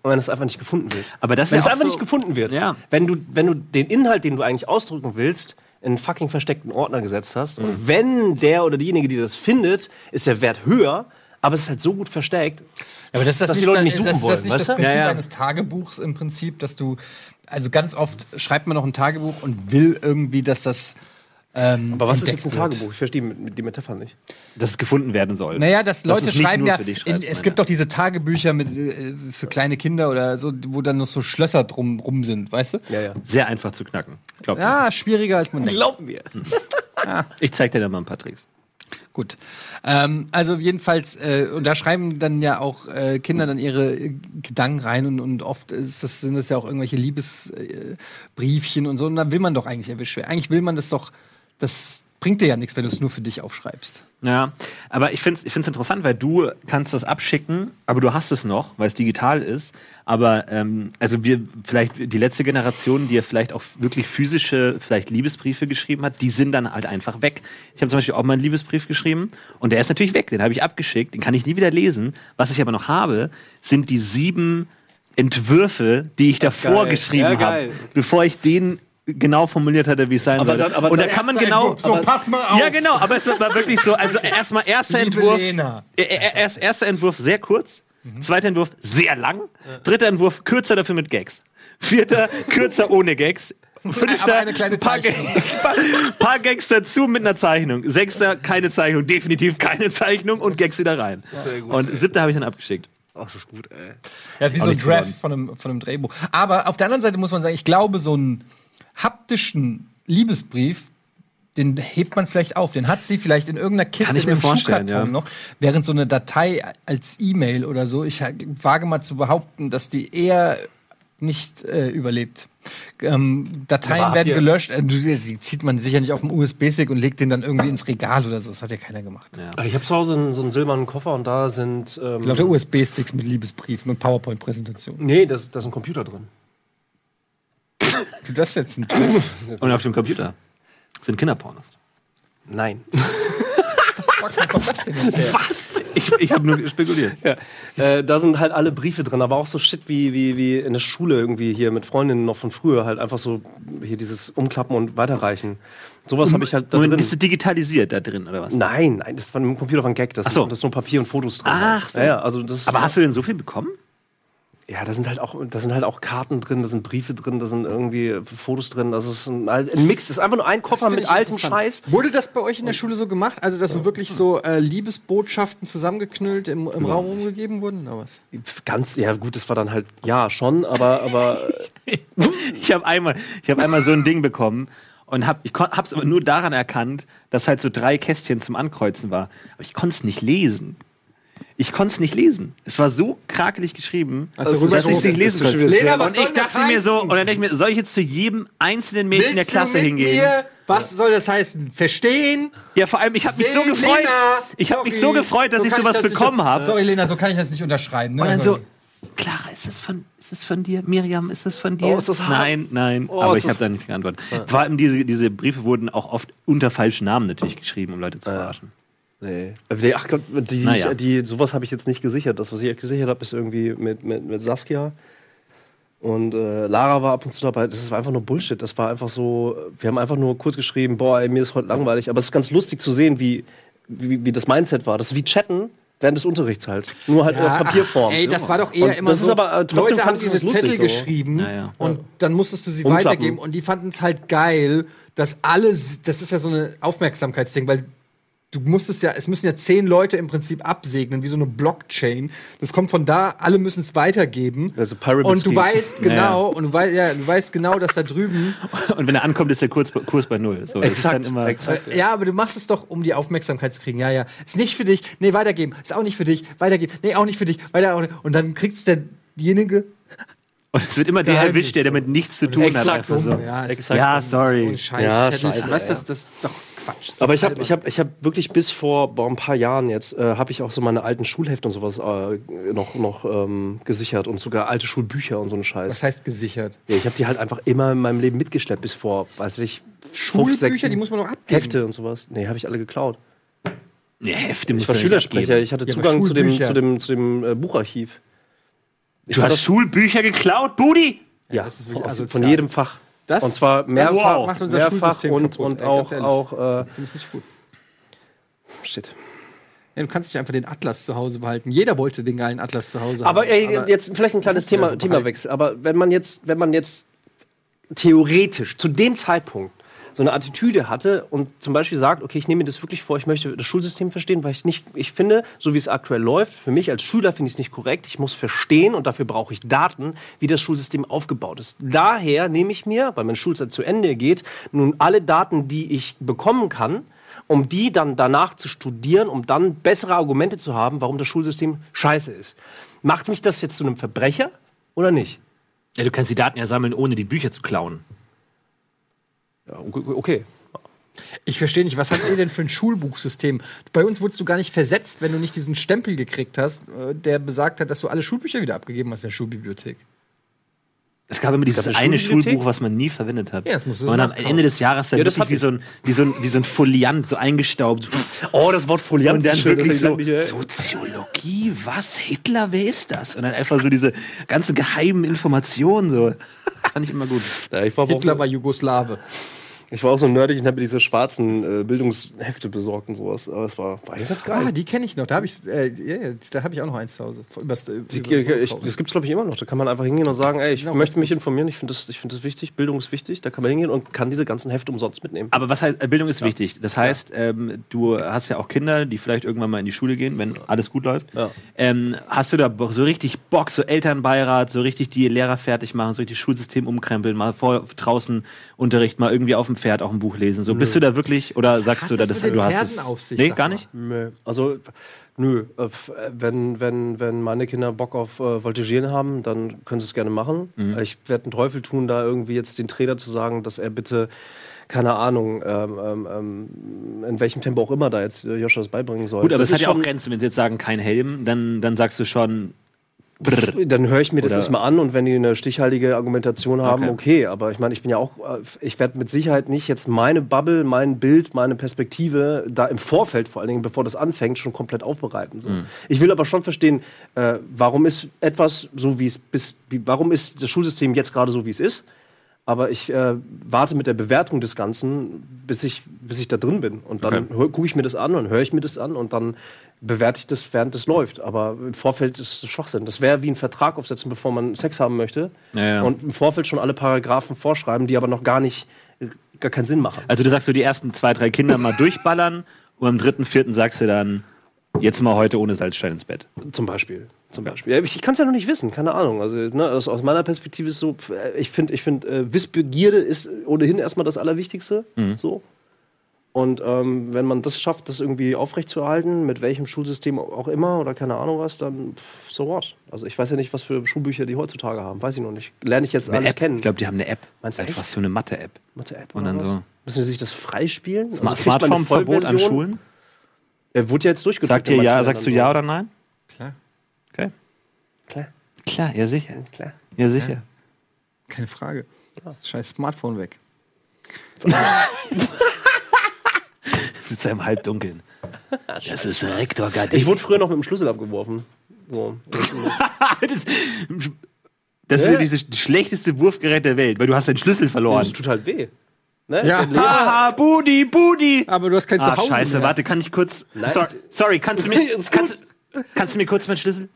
Speaker 3: Und wenn es einfach nicht gefunden wird.
Speaker 2: Aber das ist
Speaker 3: wenn
Speaker 2: ja
Speaker 3: es
Speaker 2: auch
Speaker 3: einfach
Speaker 2: so-
Speaker 3: nicht gefunden wird.
Speaker 2: Ja.
Speaker 3: Wenn du, wenn du den Inhalt, den du eigentlich ausdrücken willst, in einen fucking versteckten Ordner gesetzt hast.
Speaker 2: Mhm.
Speaker 3: Und wenn der oder diejenige, die das findet, ist der Wert höher, aber es ist halt so gut versteckt.
Speaker 1: Aber das ist das
Speaker 3: Dass die
Speaker 1: nicht,
Speaker 3: Leute
Speaker 1: das-
Speaker 3: nicht suchen
Speaker 1: das, ist
Speaker 3: wollen,
Speaker 1: das, nicht das
Speaker 3: weißt du?
Speaker 1: Prinzip
Speaker 2: Ja, ja.
Speaker 1: eines Tagebuchs im Prinzip, dass du, also ganz oft schreibt man noch ein Tagebuch und will irgendwie, dass das. Ähm,
Speaker 3: Aber was ist
Speaker 1: entdeckt
Speaker 3: jetzt ein
Speaker 1: wird.
Speaker 3: Tagebuch? Ich verstehe die, die Metapher nicht.
Speaker 2: dass es gefunden werden soll.
Speaker 1: Naja, dass Leute
Speaker 2: es nicht
Speaker 1: schreiben
Speaker 2: nur
Speaker 1: ja,
Speaker 2: für dich
Speaker 1: in,
Speaker 2: schreibst,
Speaker 1: es
Speaker 2: meine.
Speaker 1: gibt doch diese Tagebücher mit, äh, für kleine Kinder oder so, wo dann noch so Schlösser drum rum sind, weißt du?
Speaker 3: Ja, ja.
Speaker 2: Sehr einfach zu knacken. Glaub mir.
Speaker 1: Ja, schwieriger als man denkt.
Speaker 3: Glauben wir.
Speaker 2: Ich zeig dir dann mal ein paar Tricks.
Speaker 1: Gut. Ähm, also jedenfalls, äh, und da schreiben dann ja auch äh, Kinder dann ihre äh, Gedanken rein und, und oft ist das, sind das ja auch irgendwelche Liebesbriefchen äh, Briefchen und so. Und da will man doch eigentlich erwischt werden. Eigentlich will man das doch, das bringt dir ja nichts, wenn du es nur für dich aufschreibst.
Speaker 2: Ja, aber ich finde es ich find's interessant, weil du kannst das abschicken, aber du hast es noch, weil es digital ist. Aber ähm, also wir, vielleicht die letzte Generation, die ja vielleicht auch wirklich physische, vielleicht Liebesbriefe geschrieben hat, die sind dann halt einfach weg. Ich habe zum Beispiel auch mal einen Liebesbrief geschrieben und der ist natürlich weg, den habe ich abgeschickt, den kann ich nie wieder lesen. Was ich aber noch habe, sind die sieben Entwürfe, die ich davor
Speaker 3: geil.
Speaker 2: geschrieben
Speaker 3: Ja, geil.
Speaker 2: habe, bevor ich den genau formuliert hatte, wie es sein
Speaker 3: Aber
Speaker 2: sollte.
Speaker 3: dann- aber
Speaker 2: und da
Speaker 3: dann
Speaker 2: kann man
Speaker 3: erster
Speaker 2: genau.
Speaker 3: Entwurf,
Speaker 4: So,
Speaker 2: aber-
Speaker 4: pass mal auf.
Speaker 2: ja, genau, aber es war wirklich so, also erstmal erster
Speaker 1: Liebe
Speaker 2: Entwurf.
Speaker 1: Lena.
Speaker 2: Äh, äh, erst, erster Entwurf sehr kurz, zweiter Entwurf sehr lang, dritter Entwurf kürzer dafür mit Gags. Vierter kürzer ohne Gags. Fünfter
Speaker 1: aber eine kleine
Speaker 2: paar,
Speaker 1: Zeichnung.
Speaker 2: Gags- paar, paar Gags dazu mit einer Zeichnung. Sechster keine Zeichnung, definitiv keine Zeichnung und Gags wieder rein.
Speaker 3: Sehr gut.
Speaker 2: Und siebter habe ich dann abgeschickt.
Speaker 3: Ach, das ist gut, ey.
Speaker 1: Ja, wie
Speaker 2: Auch
Speaker 1: so ein
Speaker 2: nichts
Speaker 1: Draft
Speaker 2: geworden.
Speaker 1: von einem, von einem Drehbuch. Aber auf der anderen Seite muss man sagen, ich glaube, so einen haptischen Liebesbrief, den hebt man vielleicht auf. Den hat sie vielleicht in irgendeiner Kiste
Speaker 2: Kann ich mir
Speaker 1: in einem
Speaker 2: vorstellen,
Speaker 1: Schuhkarton
Speaker 2: ja.
Speaker 1: noch. Während so eine Datei als E-Mail oder so, ich wage mal zu behaupten, dass die eher nicht äh, überlebt. Ähm, Dateien
Speaker 3: Aber habt
Speaker 1: werden
Speaker 3: ihr-
Speaker 1: gelöscht. Äh, du- die zieht man sicher nicht auf den USB-Stick und legt den dann irgendwie ins Regal oder so. Das hat ja keiner gemacht.
Speaker 3: Äh, Ich habe zu Hause einen, so einen silbernen Koffer und da sind. Ähm,
Speaker 1: Lauter USB-Sticks mit Liebesbriefen und PowerPoint-Präsentationen.
Speaker 3: nee, da ist, da ist ein Computer drin.
Speaker 2: Also
Speaker 1: Du das jetzt ein Typ?
Speaker 2: Und auf dem Computer sind Kinderpornos.
Speaker 3: Nein.
Speaker 1: Fuck, was ist das denn jetzt her?
Speaker 2: Ich, ich habe nur spekuliert.
Speaker 3: Ja. Äh, da sind halt alle Briefe drin, aber auch so Shit wie, wie, wie in der Schule irgendwie hier mit Freundinnen noch von früher, halt einfach so hier dieses Umklappen und Weiterreichen. Sowas habe ich halt da
Speaker 2: Und
Speaker 3: drin. Uh.
Speaker 2: bist du digitalisiert da drin, oder was?
Speaker 3: Nein, nein, das war im Computer war ein Gag, das,
Speaker 2: Ach so.
Speaker 3: das ist nur Papier und Fotos drin.
Speaker 2: Ach so.
Speaker 3: Ja, ja, also das
Speaker 2: Aber hast du denn so viel bekommen?
Speaker 3: ja, da sind halt auch da sind halt auch Karten drin, da sind Briefe drin, da sind irgendwie Fotos drin, das ist ein, ein Mix, das ist einfach nur ein Koffer
Speaker 1: Find
Speaker 3: mit
Speaker 1: ich
Speaker 3: altem
Speaker 1: interessant.
Speaker 3: Scheiß.
Speaker 1: Wurde das bei euch in der Schule so gemacht? Also, dass so wirklich so äh, Liebesbotschaften zusammengeknüllt im, im Raum rumgegeben wurden? Oder was?
Speaker 3: Ganz ja, gut, das war dann halt ja, schon, aber aber
Speaker 2: Ich habe einmal, ich hab einmal so ein Ding bekommen und hab, ich kon- hab's aber nur daran erkannt, dass halt so drei Kästchen zum Ankreuzen war. Aber ich konnte es nicht lesen. Ich konnte es nicht lesen. Es war so krakelig geschrieben,
Speaker 1: Also
Speaker 2: dass ich es
Speaker 1: rübergerufen.
Speaker 2: nicht lesen
Speaker 3: Das ist
Speaker 2: konnte.
Speaker 3: schon wieder
Speaker 1: Lena, was
Speaker 2: und
Speaker 1: soll
Speaker 2: ich
Speaker 1: das
Speaker 2: dachte mir so,
Speaker 1: heißen?
Speaker 2: und dann denke ich mir, soll ich jetzt zu jedem einzelnen Mädchen in der Klasse hingehen?
Speaker 1: was soll das heißen? Verstehen?
Speaker 2: Ja, vor allem, ich habe mich so
Speaker 1: Selena,
Speaker 2: gefreut. Ich habe mich so
Speaker 1: sorry.
Speaker 2: gefreut, dass ich
Speaker 1: kann
Speaker 2: sowas
Speaker 1: das nicht-
Speaker 2: bekommen habe.
Speaker 1: Sorry, Lena, so kann ich das nicht unterschreiben. Ne?
Speaker 2: Und dann so,
Speaker 1: Sorry.
Speaker 2: Clara, ist das von, ist das von dir? Miriam, ist das von dir?
Speaker 3: Oh, ist das hart.
Speaker 2: Nein, nein.
Speaker 3: Oh,
Speaker 2: aber
Speaker 3: ist
Speaker 2: ich
Speaker 3: das-
Speaker 2: habe da nicht geantwortet. Vor allem diese, diese Briefe wurden auch oft unter falschen Namen natürlich geschrieben, um Leute zu verarschen.
Speaker 3: Nee. Äh, Ach Gott, die,
Speaker 2: Naja.
Speaker 3: die, sowas habe ich jetzt nicht gesichert. Das, was ich gesichert habe, ist irgendwie mit, mit, mit Saskia. Und äh, Lara war ab und zu dabei. Das ist einfach nur Bullshit. Das war einfach so. Wir haben einfach nur kurz geschrieben: Boah, ey, mir ist heute langweilig. Aber es ist ganz lustig zu sehen, wie, wie, wie das Mindset war. Das ist wie Chatten während des Unterrichts halt. Nur halt
Speaker 1: Ja,
Speaker 3: auf Papierform.
Speaker 1: Äh, Ach, ey, das war doch eher
Speaker 3: Und
Speaker 1: immer
Speaker 3: das
Speaker 1: so.
Speaker 3: ist aber, äh, trotzdem
Speaker 1: Leute haben
Speaker 3: fand ich
Speaker 1: diese
Speaker 3: das lustig,
Speaker 1: Zettel
Speaker 3: so.
Speaker 1: geschrieben
Speaker 2: Ja, ja.
Speaker 1: und dann musstest du sie
Speaker 3: Umklappen.
Speaker 1: weitergeben und die fanden es halt geil, dass alle, s- das ist ja so eine Aufmerksamkeitsding, weil du musstest ja, es müssen ja zehn Leute im Prinzip absegnen, wie so eine Blockchain. Das kommt von da, alle müssen es weitergeben.
Speaker 3: Also Pyramid
Speaker 1: und du
Speaker 3: Scheme.
Speaker 1: weißt
Speaker 2: Ja, ja.
Speaker 1: genau, und du weißt, ja, du weißt genau, dass da drüben
Speaker 2: Und wenn er ankommt, ist der Kurs, Kurs bei Null. So, das ist dann
Speaker 3: Exakt,
Speaker 2: immer,
Speaker 3: exakt.
Speaker 1: Ja, aber du machst es doch, um die Aufmerksamkeit zu kriegen. Ja, ja. Ist nicht für dich. Nee, weitergeben. Ist auch nicht für dich. Weitergeben. Nee, auch nicht für dich. Weiter. auch nicht. Und dann kriegt's derjenige.
Speaker 2: Und es wird immer der
Speaker 1: Geheimnis.
Speaker 2: erwischt, der damit nichts zu tun
Speaker 3: Exakt,
Speaker 2: hat. einfach
Speaker 1: dumm,
Speaker 2: So.
Speaker 1: ja,
Speaker 2: Ja,
Speaker 1: es ist
Speaker 2: sorry.
Speaker 1: Oh, Scheiß,
Speaker 3: Ja,
Speaker 1: Zettel.
Speaker 3: scheiße,
Speaker 1: weißt, du,
Speaker 3: ja.
Speaker 1: das, das ist doch Quatsch.
Speaker 3: Aber ich habe ich hab, ich hab wirklich bis vor boah, ein paar Jahren jetzt, äh, habe ich auch so meine alten Schulhefte und sowas äh, noch, noch ähm, gesichert und sogar alte Schulbücher und so einen Scheiß.
Speaker 1: Das heißt gesichert.
Speaker 3: Ja, ich habe die halt einfach immer in meinem Leben mitgeschleppt bis vor, weiß ich, fünf, sechs,
Speaker 1: Schulbücher, die
Speaker 3: sieben
Speaker 1: muss man doch abgeben.
Speaker 3: Hefte und sowas. Nee, habe ich alle geklaut.
Speaker 2: Nee, Hefte
Speaker 3: Ich war Schülersprecher, ich hatte
Speaker 1: Ja, aber
Speaker 3: Zugang zu dem,
Speaker 1: Schulbücher.
Speaker 3: zu dem, zu dem äh, Bucharchiv. Ich
Speaker 2: Du
Speaker 3: war
Speaker 2: hast Schulbücher geklaut, Budi?
Speaker 3: ja,
Speaker 1: das ist wirklich
Speaker 3: aus-
Speaker 1: asozial.
Speaker 3: von jedem Fach.
Speaker 1: Das-
Speaker 3: und zwar
Speaker 1: das
Speaker 3: mehrfach,
Speaker 2: macht
Speaker 1: unser
Speaker 3: mehrfach
Speaker 1: Schulsystem
Speaker 3: und,
Speaker 1: kaputt,
Speaker 3: und
Speaker 1: ey, ganz
Speaker 3: auch,
Speaker 1: ehrlich.
Speaker 3: auch äh,
Speaker 1: Finde ich nicht gut.
Speaker 3: shit.
Speaker 1: Ja, du kannst nicht einfach den Atlas zu Hause behalten. Jeder wollte den geilen Atlas zu Hause
Speaker 3: Aber,
Speaker 1: haben.
Speaker 3: ey, jetzt vielleicht ein kleines
Speaker 1: kannst du
Speaker 3: Thema,
Speaker 1: einfach behalten.
Speaker 3: Themawechsel. Aber wenn man jetzt, wenn man jetzt theoretisch zu dem Zeitpunkt so eine Attitüde hatte und zum Beispiel sagt, okay, ich nehme mir das wirklich vor, ich möchte das Schulsystem verstehen, weil ich nicht, ich finde, so wie es aktuell läuft, für mich als Schüler finde ich es nicht korrekt. Ich muss verstehen und dafür brauche ich Daten, wie das Schulsystem aufgebaut ist. Daher nehme ich mir, weil meine Schulzeit zu Ende geht, nun alle Daten, die ich bekommen kann, um die dann danach zu studieren, um dann bessere Argumente zu haben, warum das Schulsystem scheiße ist. Macht mich das jetzt zu einem Verbrecher oder nicht?
Speaker 2: Ja, du kannst die Daten ja sammeln, ohne die Bücher zu klauen.
Speaker 3: Ja, o- okay.
Speaker 1: Ich verstehe nicht, was habt ihr denn für ein Schulbuchsystem? Bei uns wurdest du gar nicht versetzt, wenn du nicht diesen Stempel gekriegt hast, äh, der besagt hat, dass du alle Schulbücher wieder abgegeben hast in der Schulbibliothek.
Speaker 2: Es gab immer dieses
Speaker 3: Gab es
Speaker 2: eine
Speaker 3: Schulbibliothek?
Speaker 2: Schulbuch, was man nie verwendet hat.
Speaker 1: Ja, das musstest du
Speaker 2: Und am
Speaker 1: nachkaufen.
Speaker 2: Ende des Jahres dann
Speaker 3: Ja, das
Speaker 2: wirklich wie so, ein, wie, so ein, wie so ein Foliant, so eingestaubt.
Speaker 3: Oh, das Wort Foliant
Speaker 2: Und dann wirklich so,
Speaker 3: so.
Speaker 2: Soziologie, was, Hitler, wer ist das? Und dann einfach so diese ganzen geheimen Informationen. So. Fand ich immer gut.
Speaker 3: Ja, ich, war aber auch
Speaker 1: Hitler
Speaker 3: so,
Speaker 1: war Jugoslawe.
Speaker 3: ich war auch so nerdig und habe mir diese schwarzen äh, Bildungshefte besorgt und sowas. Aber es war, war eigentlich ganz geil.
Speaker 1: Ah, die kenne ich noch. Da habe ich, äh, ja, ja, da habe ich auch noch eins zu Hause. Vor- Übers, äh,
Speaker 3: Die-
Speaker 1: über-
Speaker 3: ich, das gibt es, glaube ich, immer noch. Da kann man einfach hingehen und sagen, ey, ich möchte mich informieren, ich finde das, ich find das wichtig, Bildung ist wichtig. Da kann man hingehen und kann diese ganzen Hefte umsonst mitnehmen.
Speaker 2: Aber was heißt, äh, Bildung ist wichtig. Das heißt, ähm, du hast ja auch Kinder, die vielleicht irgendwann mal in die Schule gehen, wenn alles gut läuft.
Speaker 3: Ja.
Speaker 2: Ähm, hast du da bo- so richtig Bock, so Elternbeirat, so richtig die Lehrer fertig machen, so richtig Schulsystem umkrempeln, mal vor draußen Unterricht, mal irgendwie auf dem dem Pferd auch ein Buch lesen? So bist du da wirklich oder sagst
Speaker 4: hat
Speaker 2: du da,
Speaker 4: das
Speaker 2: dass
Speaker 4: mit den
Speaker 2: du hast
Speaker 4: Pferden
Speaker 2: es?
Speaker 4: auf sich,
Speaker 2: nee,
Speaker 4: sag
Speaker 2: gar
Speaker 4: mal?
Speaker 2: nicht.
Speaker 3: Nö, also nö, äh, f- äh, wenn, wenn, wenn meine Kinder Bock auf äh, Voltigieren haben, dann können sie es gerne machen. Ich werde einen Teufel tun, da irgendwie jetzt den Trainer zu sagen, dass er bitte, keine Ahnung, ähm, ähm, ähm, in welchem Tempo auch immer da jetzt äh, Joshua das beibringen soll.
Speaker 2: Gut, aber
Speaker 3: Das
Speaker 2: es hat
Speaker 3: ist
Speaker 2: ja auch
Speaker 3: schon-
Speaker 2: Grenzen. Wenn sie jetzt sagen, kein Helm, dann, dann sagst du schon. Brr.
Speaker 3: dann höre ich mir das
Speaker 2: Oder-
Speaker 3: erstmal an und wenn die eine stichhaltige Argumentation haben, okay,
Speaker 2: Okay.
Speaker 3: aber ich meine, ich bin ja auch, äh, ich werde mit Sicherheit nicht jetzt meine Bubble, mein Bild, meine Perspektive da im Vorfeld vor allen Dingen, bevor das anfängt, schon komplett aufbereiten. So.
Speaker 2: Mhm.
Speaker 3: Ich will aber schon verstehen, äh, warum ist etwas so, wie es bis, wie, warum ist das Schulsystem jetzt gerade so, wie es ist? Aber ich äh, warte mit der Bewertung des Ganzen, bis ich, bis ich da drin bin. Und dann gucke ich mir das an und höre ich mir das an und dann bewerte ich das, während es läuft. Aber im Vorfeld ist das Schwachsinn. Das wäre wie ein Vertrag aufsetzen, bevor man Sex haben möchte.
Speaker 2: Ja, ja.
Speaker 3: Und im Vorfeld schon alle Paragraphen vorschreiben, die aber noch gar nicht, äh, gar keinen Sinn machen.
Speaker 2: Also du sagst so die ersten zwei, drei Kinder mal durchballern und am dritten, vierten sagst du dann, jetzt mal heute ohne Salzstein ins Bett.
Speaker 3: Zum Beispiel. Zum Beispiel. Ja, ich kann es ja noch nicht wissen, keine Ahnung. Also ne, aus, aus meiner Perspektive ist so, pf, äh, ich finde, ich find, äh, Wissbegierde ist ohnehin erstmal das Allerwichtigste.
Speaker 2: Mhm.
Speaker 3: So. Und ähm, wenn man das schafft, das irgendwie aufrechtzuerhalten, mit welchem Schulsystem auch immer oder keine Ahnung was, dann pf, so what. Also ich weiß ja nicht, was für Schulbücher die heutzutage haben, weiß ich noch nicht. Lerne ich jetzt
Speaker 2: Eine
Speaker 3: alles
Speaker 2: App.
Speaker 3: kennen.
Speaker 2: Ich glaube, die haben eine App.
Speaker 3: Meinst du
Speaker 2: Einfach
Speaker 3: echt?
Speaker 2: so eine Mathe-App.
Speaker 3: Mathe-App
Speaker 2: und
Speaker 3: oder
Speaker 2: dann
Speaker 3: was?
Speaker 2: so-
Speaker 3: Müssen sie sich das freispielen? Also
Speaker 2: Sma-
Speaker 3: kriegt man eine
Speaker 2: Smartphone-Verbot an
Speaker 3: Vollversion?
Speaker 2: Schulen?
Speaker 3: Äh, wurde ja jetzt durchgeführt.
Speaker 2: Sagt
Speaker 3: in
Speaker 2: ihr ja,
Speaker 3: manchen
Speaker 2: sagst du ja
Speaker 3: Ländern.
Speaker 2: oder nein?
Speaker 1: Klar.
Speaker 2: Okay.
Speaker 3: Klar,
Speaker 2: Klar, ja sicher.
Speaker 3: klar.
Speaker 2: Ja sicher.
Speaker 1: Keine Frage. Das scheiß Smartphone weg.
Speaker 2: Sitzt er im Halbdunkeln. Das ist Rektor Gardin.
Speaker 3: Ich wurde früher noch mit dem Schlüssel abgeworfen. So.
Speaker 2: das das ist
Speaker 3: Hä?
Speaker 2: ja dieses schlechteste Wurfgerät der Welt, weil du hast deinen Schlüssel verloren.
Speaker 3: Das tut halt weh. Ne?
Speaker 1: Ja.
Speaker 3: Wenn Lehrer-
Speaker 2: Haha, Budi, Budi!
Speaker 1: Aber du hast kein
Speaker 2: Ah,
Speaker 1: Zuhause.
Speaker 2: scheiße,
Speaker 1: mehr.
Speaker 2: warte, kann ich kurz. Sorry, sorry, kannst du mir. Kannst, kannst du mir kurz meinen Schlüssel?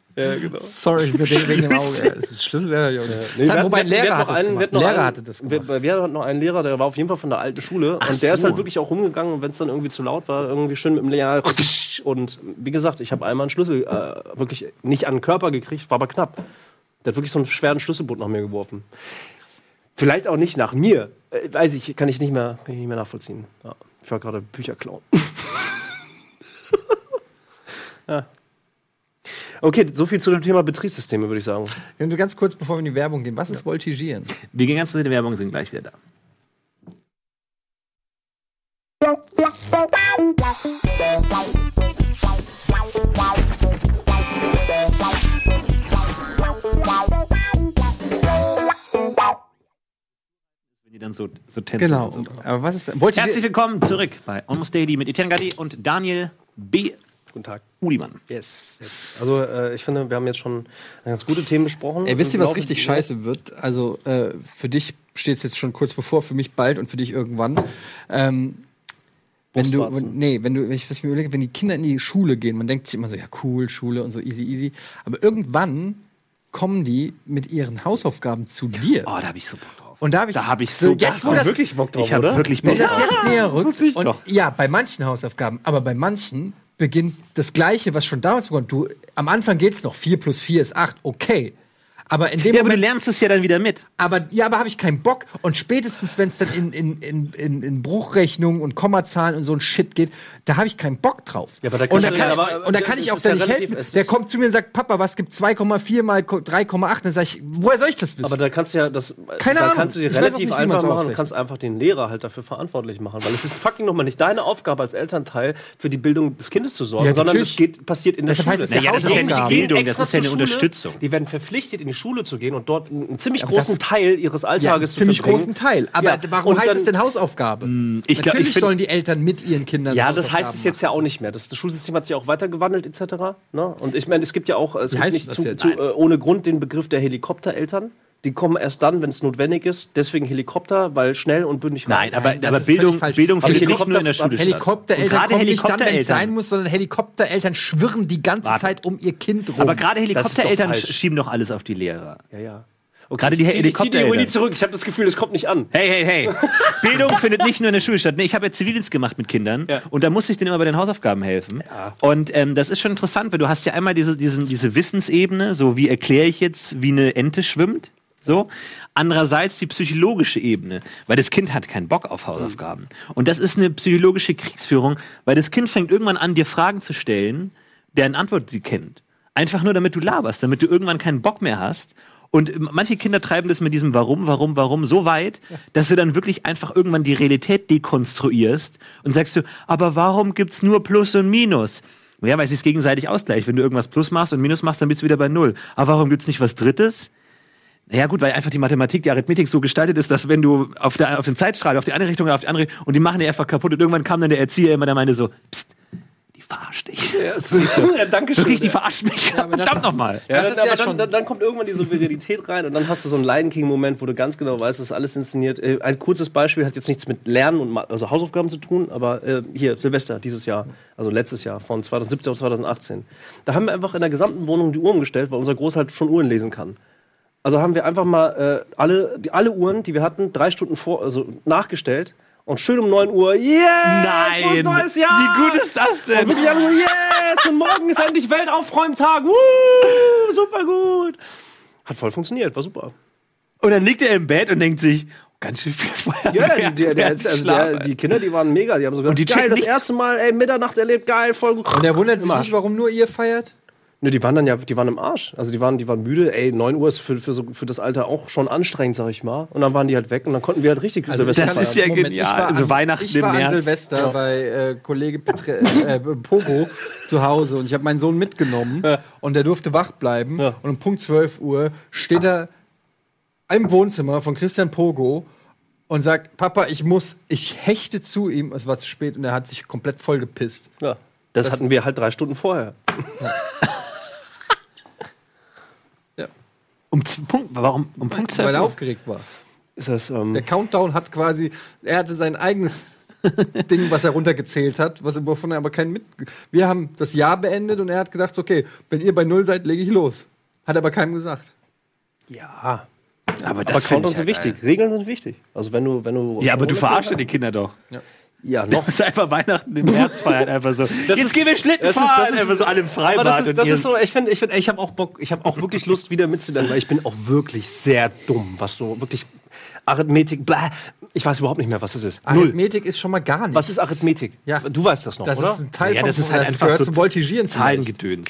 Speaker 1: Sorry, ich bin wegen dem Auge. Ja, das ist ein Schlüssel, ja, Junge.
Speaker 3: Nee,
Speaker 1: Sag,
Speaker 3: wir-
Speaker 1: wobei ein
Speaker 3: wir- wir
Speaker 1: Lehrer
Speaker 3: hatten
Speaker 1: hat
Speaker 3: noch
Speaker 1: das
Speaker 3: einen- wir
Speaker 1: gemacht.
Speaker 3: hatten noch
Speaker 1: Lehrer
Speaker 3: einen-
Speaker 1: hatte das
Speaker 3: wir-
Speaker 1: gemacht.
Speaker 3: Wir hatten noch einen Lehrer, der war auf jeden Fall von der alten Schule. und der ist
Speaker 2: so.
Speaker 3: halt wirklich auch rumgegangen. Und wenn es dann irgendwie zu laut war, irgendwie schön mit dem Lehrer. Und wie gesagt, ich habe einmal einen Schlüssel äh, wirklich nicht an den Körper gekriegt, war aber knapp. Der hat wirklich so einen schweren Schlüsselbund nach mir geworfen. Vielleicht auch nicht nach mir. Äh, weiß ich, kann ich nicht mehr, kann ich nicht mehr nachvollziehen. Ja. Ich war gerade Bücher klauen. ja. Okay, so viel zu dem Thema Betriebssysteme, würde ich sagen.
Speaker 1: Ja, nur Ganz kurz, bevor wir in die Werbung gehen. Was ist Voltigieren?
Speaker 2: Wir gehen ganz kurz in die Werbung, sind gleich wieder da. Wenn die dann so, so tänzen.
Speaker 1: Genau.
Speaker 2: und So.
Speaker 1: Aber was ist Voltigieren?
Speaker 2: Herzlich willkommen zurück bei Almost Daily mit Etienne Gadi und Daniel B.
Speaker 3: Guten Tag.
Speaker 2: Ulimann.
Speaker 3: Yes, yes. Also äh, ich finde, wir haben jetzt schon ganz gute Themen besprochen.
Speaker 1: Ey, wisst ihr, was
Speaker 3: Laufen-
Speaker 1: richtig scheiße wird? Also äh, für dich steht es jetzt schon kurz bevor, für mich bald und für dich irgendwann. Ähm, wenn du,
Speaker 3: Brustwarzen.
Speaker 1: wenn, nee, wenn du, wenn ich was ich mir überlege, wenn die Kinder in die Schule gehen, man denkt sich immer so, ja cool, Schule und so easy, easy. Aber irgendwann kommen die mit ihren Hausaufgaben zu dir.
Speaker 2: Oh, da habe ich so Bock drauf.
Speaker 1: Und da habe ich,
Speaker 2: da habe ich
Speaker 1: so
Speaker 2: so
Speaker 1: jetzt, wo
Speaker 2: Bock
Speaker 1: das,
Speaker 2: drauf.
Speaker 3: wirklich Bock drauf,
Speaker 2: Ich habe
Speaker 3: oder?
Speaker 2: wirklich Bock
Speaker 1: wenn das
Speaker 2: drauf.
Speaker 1: jetzt näher rückt,
Speaker 2: ich
Speaker 1: und,
Speaker 2: doch.
Speaker 1: ja, bei manchen Hausaufgaben, aber bei manchen beginnt das Gleiche, was schon damals begonnen. Du, am Anfang geht's noch, 4 plus 4 ist 8, okay. Aber in dem
Speaker 2: Ja, aber du
Speaker 1: Moment
Speaker 2: lernst es ja dann wieder mit.
Speaker 1: aber ja, aber habe ich keinen Bock. Und spätestens, wenn es dann in, in, in, in, in Bruchrechnungen und Kommazahlen und so ein Shit geht, da habe ich keinen Bock drauf.
Speaker 3: Ja, aber da
Speaker 1: und, da
Speaker 3: kann-
Speaker 1: kann,
Speaker 3: aber-
Speaker 1: und da kann
Speaker 3: es
Speaker 1: ich auch
Speaker 3: ist
Speaker 1: da
Speaker 3: ja
Speaker 1: nicht
Speaker 3: relativ-
Speaker 1: helfen.
Speaker 3: es ist-
Speaker 1: Der kommt zu mir und sagt, Papa, was gibt 2,4 mal ko- 3,8? Dann sage ich, woher soll ich das wissen?
Speaker 3: Aber da kannst du ja das.
Speaker 1: Keine
Speaker 3: da
Speaker 1: Ahnung.
Speaker 3: kannst du dir
Speaker 1: Ich weiß auch
Speaker 3: relativ
Speaker 1: nicht, wie man's
Speaker 3: einfach machen und
Speaker 1: ausrechnet.
Speaker 3: kannst einfach den Lehrer halt dafür verantwortlich machen. Weil es ist fucking nochmal nicht deine Aufgabe als Elternteil, für die Bildung des Kindes zu sorgen,
Speaker 1: Ja,
Speaker 3: sondern
Speaker 1: natürlich.
Speaker 3: das geht, passiert in der
Speaker 1: Deshalb heißt
Speaker 3: Schule.
Speaker 1: es ja
Speaker 3: Die
Speaker 1: das ist ja
Speaker 3: gehen-
Speaker 1: nicht
Speaker 3: die gehen
Speaker 2: Bildung, das
Speaker 3: extra
Speaker 2: ist ja eine
Speaker 3: zur Schule,
Speaker 2: Unterstützung.
Speaker 3: Die werden verpflichtet, in die Schule zu gehen und dort einen ziemlich
Speaker 1: aber
Speaker 3: großen
Speaker 1: das-
Speaker 3: Teil ihres
Speaker 1: ja,
Speaker 3: Alltages
Speaker 1: einen
Speaker 3: zu
Speaker 1: ziemlich
Speaker 3: verbringen.
Speaker 1: großen Teil. Aber
Speaker 3: Ja,
Speaker 1: warum
Speaker 3: und
Speaker 1: heißt
Speaker 3: dann-
Speaker 1: es denn Hausaufgabe?
Speaker 2: ich glaub, ich
Speaker 1: Natürlich
Speaker 2: find-
Speaker 1: sollen die Eltern mit ihren Kindern
Speaker 3: Ja, das heißt
Speaker 1: Hausaufgaben
Speaker 3: es jetzt ja auch nicht mehr. Das, das Schulsystem hat sich ja auch weitergewandelt etc. Ne? Und ich meine, es gibt ja auch es gibt
Speaker 1: heißt
Speaker 3: nicht
Speaker 1: das
Speaker 3: zu,
Speaker 1: jetzt?
Speaker 3: zu, äh, ohne Grund den Begriff der Helikoptereltern. Die kommen erst dann, wenn es notwendig ist. Deswegen Helikopter, weil schnell und bündig.
Speaker 2: Nein,
Speaker 3: rein.
Speaker 2: aber,
Speaker 1: Nein, das
Speaker 2: aber
Speaker 1: ist völlig
Speaker 2: Bildung,
Speaker 1: falsch.
Speaker 2: Bildung
Speaker 1: Aber
Speaker 2: findet nicht
Speaker 3: Helikopter-
Speaker 2: nur in der Schule statt. Und
Speaker 1: Helikoptereltern
Speaker 2: gerade
Speaker 1: kommen nicht dann, wenn es
Speaker 2: Helikoptereltern-
Speaker 1: sein muss, sondern Helikoptereltern schwirren die ganze
Speaker 2: Warte.
Speaker 1: Zeit um ihr Kind rum.
Speaker 2: Aber gerade
Speaker 3: Das ist doch
Speaker 2: Helikoptereltern
Speaker 3: falsch.
Speaker 2: sch- schieben doch alles auf die Lehrer.
Speaker 3: ja, ja. Okay,
Speaker 2: Gerade die
Speaker 3: ich zieh- ich zieh die
Speaker 2: Helikoptereltern.
Speaker 3: Uni zurück. Ich habe das Gefühl, das kommt nicht an.
Speaker 2: Hey, hey, hey. Bildung findet nicht nur in der Schule statt. Nee, ich habe ja Zivildienst gemacht mit Kindern
Speaker 3: Ja.
Speaker 2: und da musste ich denen immer bei den Hausaufgaben helfen. Und ähm, das ist schon interessant, weil du hast ja einmal diese, diesen, diese Wissensebene, so wie erkläre ich jetzt, wie eine Ente schwimmt. So. Andererseits die psychologische Ebene, weil das Kind hat keinen Bock auf Hausaufgaben. Und das ist eine psychologische Kriegsführung, weil das Kind fängt irgendwann an, dir Fragen zu stellen, deren Antwort sie kennt. Einfach nur, damit du laberst, damit du irgendwann keinen Bock mehr hast. Und manche Kinder treiben das mit diesem Warum, Warum, Warum so weit, dass du dann wirklich einfach irgendwann die Realität dekonstruierst und sagst du, aber warum gibt's nur Plus und Minus? Ja, weil es sich gegenseitig ausgleicht. Wenn du irgendwas Plus machst und Minus machst, dann bist du wieder bei Null. Aber warum gibt's nicht was Drittes? Ja gut, weil einfach die Mathematik, die Arithmetik so gestaltet ist, dass wenn du auf, der, auf den Zeitstrahl, auf die eine Richtung, auf die andere, und die machen die einfach kaputt. Und irgendwann kam dann der Erzieher immer, der meinte so, pst, die verarscht dich.
Speaker 3: ja, danke schön.
Speaker 2: Wirklich, die
Speaker 3: ja.
Speaker 2: verarscht mich.
Speaker 4: ist-
Speaker 2: Verdammt nochmal.
Speaker 3: Ja,
Speaker 1: Das
Speaker 3: dann,
Speaker 1: ist ja
Speaker 3: aber
Speaker 1: schon-
Speaker 3: dann, dann, dann kommt irgendwann die Souveränität rein und dann hast du so einen Lion King-Moment, wo du ganz genau weißt, das ist alles inszeniert. Äh, Ein kurzes Beispiel hat jetzt nichts mit Lernen und Ma- also Hausaufgaben zu tun, aber äh, hier, Silvester dieses Jahr, also letztes Jahr, von 2017 auf 2018. Da haben wir einfach in der gesamten Wohnung die Uhr umgestellt, weil unser Groß halt schon Uhren lesen kann. Also haben wir einfach mal äh, alle, die, alle Uhren, die wir hatten, drei Stunden vor, also nachgestellt und schön um 9 Uhr, yeah! Frohes
Speaker 2: Nein!
Speaker 3: neues Jahr!
Speaker 2: Wie gut ist das denn?
Speaker 3: Und wirklich alle so, yes! Und morgen ist endlich Weltaufräumtag. Uh, super gut. Hat voll funktioniert, war super.
Speaker 2: Und dann liegt er im Bett und denkt sich, ganz schön viel Feuer.
Speaker 3: Ja, die, die, der, ist- also der, die Kinder, die waren mega. Die haben so gesagt,
Speaker 2: die
Speaker 3: geil,
Speaker 2: checken
Speaker 3: das
Speaker 2: nicht-
Speaker 3: erste Mal, ey, Mitternacht erlebt, geil, voll gut.
Speaker 1: Und er wundert sich
Speaker 3: Immer.
Speaker 1: nicht, warum nur ihr feiert?
Speaker 3: Ne, die waren dann ja, die waren im Arsch. Also die waren, die waren müde, ey, 9 Uhr ist für, für, so, für das Alter auch schon anstrengend, sag ich mal. Und dann waren die halt weg und dann konnten wir halt richtig
Speaker 1: Also
Speaker 3: Silvester
Speaker 2: das
Speaker 3: feiern.
Speaker 2: ist ja
Speaker 1: ich war
Speaker 2: genial. Also
Speaker 1: an-
Speaker 2: Weihnachten
Speaker 1: Ich war
Speaker 2: im
Speaker 1: an
Speaker 2: März.
Speaker 1: Silvester bei äh, Kollege Petre, äh, Pogo zu Hause und ich habe meinen Sohn mitgenommen und der durfte wach bleiben. Und um Punkt 12 Uhr steht er im Wohnzimmer von Christian Pogo und sagt: Papa, ich muss, ich hechte zu ihm. Es war zu spät und er hat sich komplett vollgepisst.
Speaker 3: ja. Das, hatten wir halt drei Stunden vorher.
Speaker 1: Ja,
Speaker 2: Um z- Punkt, warum? Um Punkt
Speaker 1: weil er
Speaker 2: zwölf.
Speaker 1: aufgeregt war.
Speaker 3: Ist das, ähm,
Speaker 1: Der Countdown hat quasi, er hatte sein eigenes Ding, was er runtergezählt hat, was, wovon er aber keinen mit. Wir haben das Jahr beendet und er hat gedacht, so, okay, wenn ihr bei Null seid, lege ich los. Hat aber keinem gesagt.
Speaker 3: ja.
Speaker 2: Aber
Speaker 3: Aber
Speaker 2: das finde ich
Speaker 3: Countdowns
Speaker 2: ja
Speaker 3: sind
Speaker 2: wichtig.
Speaker 3: wichtig. Regeln sind wichtig. Also wenn du, wenn du.
Speaker 2: Ja, aber du verarschst ja die Kinder doch.
Speaker 3: Ja, noch.
Speaker 2: Das ist einfach Weihnachten im März feiern, einfach so. Jetzt
Speaker 3: ist-
Speaker 2: gehen wir Schlitten
Speaker 3: das ist-
Speaker 2: fahren,
Speaker 3: das ist-
Speaker 2: einfach so alle im Freibad.
Speaker 3: Aber das ist,
Speaker 2: und
Speaker 3: das
Speaker 2: ihr-
Speaker 3: ist so, ich finde, ich, find, ey, ich habe auch Bock, ich habe auch wirklich Lust, wieder mitzulernen, weil ich bin auch wirklich sehr dumm, was so wirklich Arithmetik, blah, ich weiß überhaupt nicht mehr, was das ist. Null.
Speaker 1: Arithmetik ist schon mal gar nichts.
Speaker 3: Was ist Arithmetik?
Speaker 1: Ja.
Speaker 3: Du weißt das noch,
Speaker 1: Das
Speaker 3: oder?
Speaker 1: ist ein Teil
Speaker 2: ja,
Speaker 1: von
Speaker 2: das ist halt einfach
Speaker 1: gehört
Speaker 2: so
Speaker 1: zum Voltigieren vielleicht.
Speaker 2: Zahlengedöns.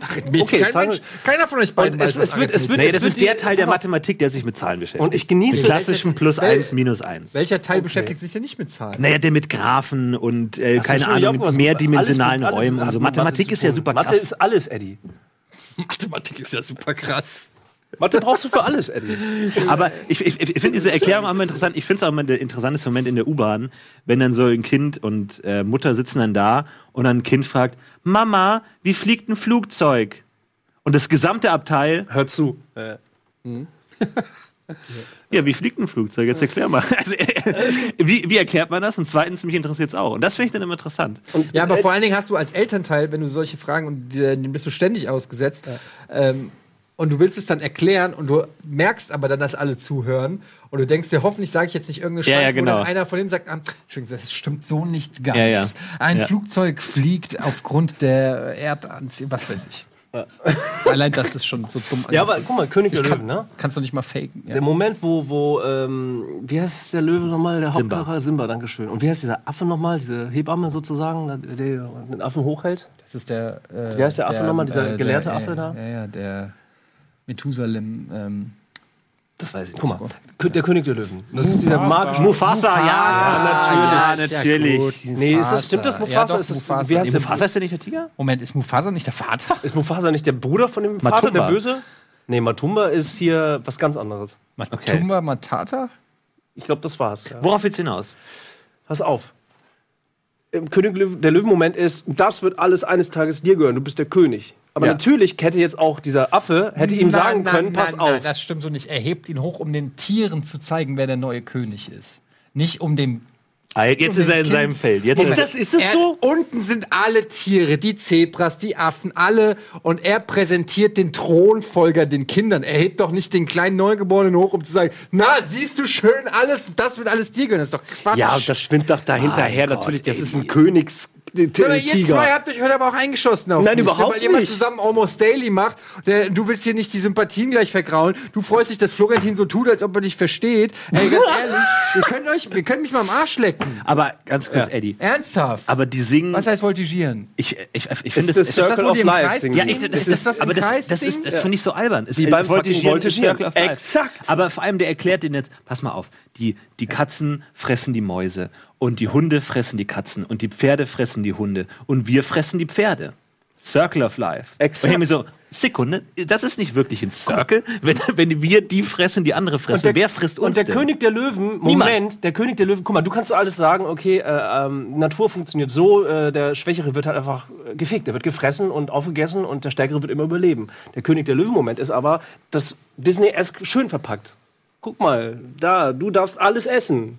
Speaker 1: Arithmetik.
Speaker 3: Okay,
Speaker 1: Kein
Speaker 3: Zahlen-
Speaker 1: Mensch, keiner von euch beiden
Speaker 3: Und
Speaker 1: weiß,
Speaker 3: es-
Speaker 1: was
Speaker 3: es wird- es
Speaker 1: Arithmetik ist.
Speaker 3: wird-
Speaker 2: Nee, das
Speaker 3: wird
Speaker 2: ist der
Speaker 3: die-
Speaker 2: Teil der
Speaker 3: pass auf.
Speaker 2: Mathematik, der sich mit Zahlen beschäftigt.
Speaker 3: Und ich genieße-
Speaker 2: Den klassischen plus
Speaker 1: Wel-
Speaker 2: eins, minus eins.
Speaker 1: Welcher Teil beschäftigt sich denn nicht mit Zahlen?
Speaker 2: Naja, der mit Graphen und äh,
Speaker 3: Hast du
Speaker 2: keine
Speaker 3: schon wieder
Speaker 2: Ahnung, mit
Speaker 3: aufgepasst?
Speaker 2: mehrdimensionalen
Speaker 3: Alles- alles
Speaker 2: Räumen und
Speaker 3: hat
Speaker 2: so.
Speaker 3: mit Mathe
Speaker 2: Mathematik
Speaker 3: zu
Speaker 2: ist ja
Speaker 3: tun.
Speaker 2: super krass.
Speaker 3: Mathe ist alles, Eddie.
Speaker 1: Mathematik ist ja super krass.
Speaker 3: Mathe brauchst du für alles, Eddie.
Speaker 2: Aber ich, ich, ich finde diese Erklärung auch immer interessant. Ich finde es auch immer der interessanteste Moment in der U-Bahn, wenn dann so ein Kind und äh, Mutter sitzen dann da und dann ein Kind fragt, Mama, wie fliegt ein Flugzeug? Und das gesamte Abteil,
Speaker 3: Hör zu.
Speaker 2: ja, wie fliegt ein Flugzeug? Jetzt erklär mal. Also, äh, wie, wie erklärt man das? Und zweitens, mich interessiert es auch. Und das finde ich dann immer interessant.
Speaker 1: Ja, aber vor allen Dingen hast du als Elternteil, wenn du solche Fragen und die- denen bist du ständig ausgesetzt ähm, und du willst es dann erklären und du merkst aber dann, dass alle zuhören und du denkst dir, hoffentlich sage ich jetzt nicht irgendeine
Speaker 2: Ja,
Speaker 1: Scheiße,
Speaker 2: ja,
Speaker 1: wo
Speaker 2: genau.
Speaker 1: dann einer von denen sagt, ah, Entschuldigung, das stimmt so nicht ganz.
Speaker 2: Ja, ja.
Speaker 1: Ein
Speaker 2: Ja.
Speaker 1: Flugzeug fliegt aufgrund der Erdanziehung, was weiß ich. Allein das ist schon so dumm.
Speaker 3: Ja, aber guck mal, König der
Speaker 1: Ich kann,
Speaker 3: Löwen, ne?
Speaker 1: kannst du nicht mal faken. Ja.
Speaker 3: Der Moment, wo, wo ähm, wie heißt der Löwe nochmal? Der
Speaker 2: Simba.
Speaker 3: Hauptcharakter? Simba, Dankeschön. Und wie heißt dieser Affe nochmal? Diese Hebamme sozusagen, der der den Affen hochhält?
Speaker 1: Das ist der. Äh,
Speaker 3: Wie heißt der Affe nochmal, dieser gelehrte
Speaker 1: der, äh,
Speaker 3: Affe da?
Speaker 1: Ja, ja, der Methusalem. Ähm,
Speaker 2: Das weiß ich
Speaker 3: Guck mal, Kö- der König der Löwen. Das ist dieser magische.
Speaker 2: Mufasa,
Speaker 1: Ah,
Speaker 2: ja,
Speaker 1: ja, ist ja
Speaker 2: natürlich. Ja,
Speaker 1: gut.
Speaker 2: natürlich.
Speaker 3: Nee, ist das, stimmt das Mufasa?
Speaker 1: Ja, doch,
Speaker 3: ist das,
Speaker 1: Mufasa.
Speaker 3: Wie heißt der
Speaker 2: Mufasa ist ja nicht der Tiger?
Speaker 1: Moment, ist Mufasa nicht der Vater?
Speaker 3: Ist Mufasa nicht der Bruder von dem Vater,
Speaker 2: Matumba.
Speaker 3: der Böse? Nee, Matumba ist hier was ganz anderes.
Speaker 1: Matumba Matata?
Speaker 3: Ich glaube, das war's. Ja.
Speaker 2: Worauf willst du hinaus?
Speaker 3: Pass auf. Im König Löw- der Löwen-Moment ist, das wird alles eines Tages dir gehören, du bist der König. Aber
Speaker 2: Ja.
Speaker 3: natürlich hätte jetzt auch dieser Affe, hätte ihm sagen können, pass auf.
Speaker 1: das stimmt so nicht. Er hebt ihn hoch, um den Tieren zu zeigen, wer der neue König ist. Nicht um dem.
Speaker 2: Ah, Jetzt ist er in
Speaker 1: Kind.
Speaker 2: seinem Feld. Jetzt
Speaker 3: ist das, ist das so?
Speaker 1: unten sind alle Tiere, die Zebras, die Affen, alle. Und er präsentiert den Thronfolger den Kindern. Er hebt doch nicht den kleinen Neugeborenen hoch, um zu sagen: Na, siehst du schön alles, das wird alles dir gehören. Das ist doch Quatsch.
Speaker 3: Ja, und das schwimmt doch dahinterher.
Speaker 2: Mein Gott,
Speaker 3: Natürlich, das ist
Speaker 2: ey,
Speaker 3: ein Königs. äh,
Speaker 2: den T-
Speaker 1: Sondern ihr zwei
Speaker 2: Tiger.
Speaker 1: habt euch heute aber auch eingeschossen auf
Speaker 3: Nein,
Speaker 1: mich, ne?
Speaker 3: überhaupt
Speaker 1: Weil jemand
Speaker 3: nicht.
Speaker 1: zusammen Almost Daily macht, der, du willst hier nicht die Sympathien gleich vergraulen. Du freust dich, dass Florentin so tut, als ob er dich versteht. Ey, ganz ehrlich, ihr könnt, euch, ihr könnt mich mal am Arsch lecken.
Speaker 2: Aber ganz kurz, Eddie.
Speaker 1: Ernsthaft.
Speaker 2: Aber die singen.
Speaker 1: Was heißt voltigieren?
Speaker 2: Ich, ich, ich finde
Speaker 3: Ist das
Speaker 2: das.
Speaker 3: Circle
Speaker 1: wo die im
Speaker 3: of Life
Speaker 1: Kreis
Speaker 3: singen.
Speaker 1: gehen?
Speaker 2: ja, ich, das
Speaker 1: Ist das das
Speaker 2: aber
Speaker 1: im
Speaker 2: das,
Speaker 1: Kreis
Speaker 2: das, ist,
Speaker 1: Ding?
Speaker 2: das finde ich so albern. Es-
Speaker 3: Wie beim
Speaker 2: äh,
Speaker 3: fucking Voltigieren.
Speaker 2: Circle of Life.
Speaker 3: Exakt.
Speaker 2: Aber vor allem der erklärt denen jetzt, pass mal auf, die, die Katzen fressen die Mäuse und die Hunde fressen die Katzen und die Pferde fressen die Hunde und wir fressen die Pferde. Circle of Life.
Speaker 3: Exakt.
Speaker 2: Und ich hab mir so, Sekunde, das ist nicht wirklich ein Circle, wenn, wenn wir die fressen, die andere fressen. Wer frisst uns
Speaker 3: Und der
Speaker 2: denn?
Speaker 3: König der Löwen, Moment,
Speaker 2: Niemand.
Speaker 3: der König der Löwen, guck mal, du kannst alles sagen, okay, äh, ähm, Natur funktioniert so, äh, der Schwächere wird halt einfach äh, gefickt, der wird gefressen und aufgegessen und der Stärkere wird immer überleben. Der König der Löwen-Moment ist aber das Disney-esque schön verpackt. Guck mal, da, du darfst alles essen.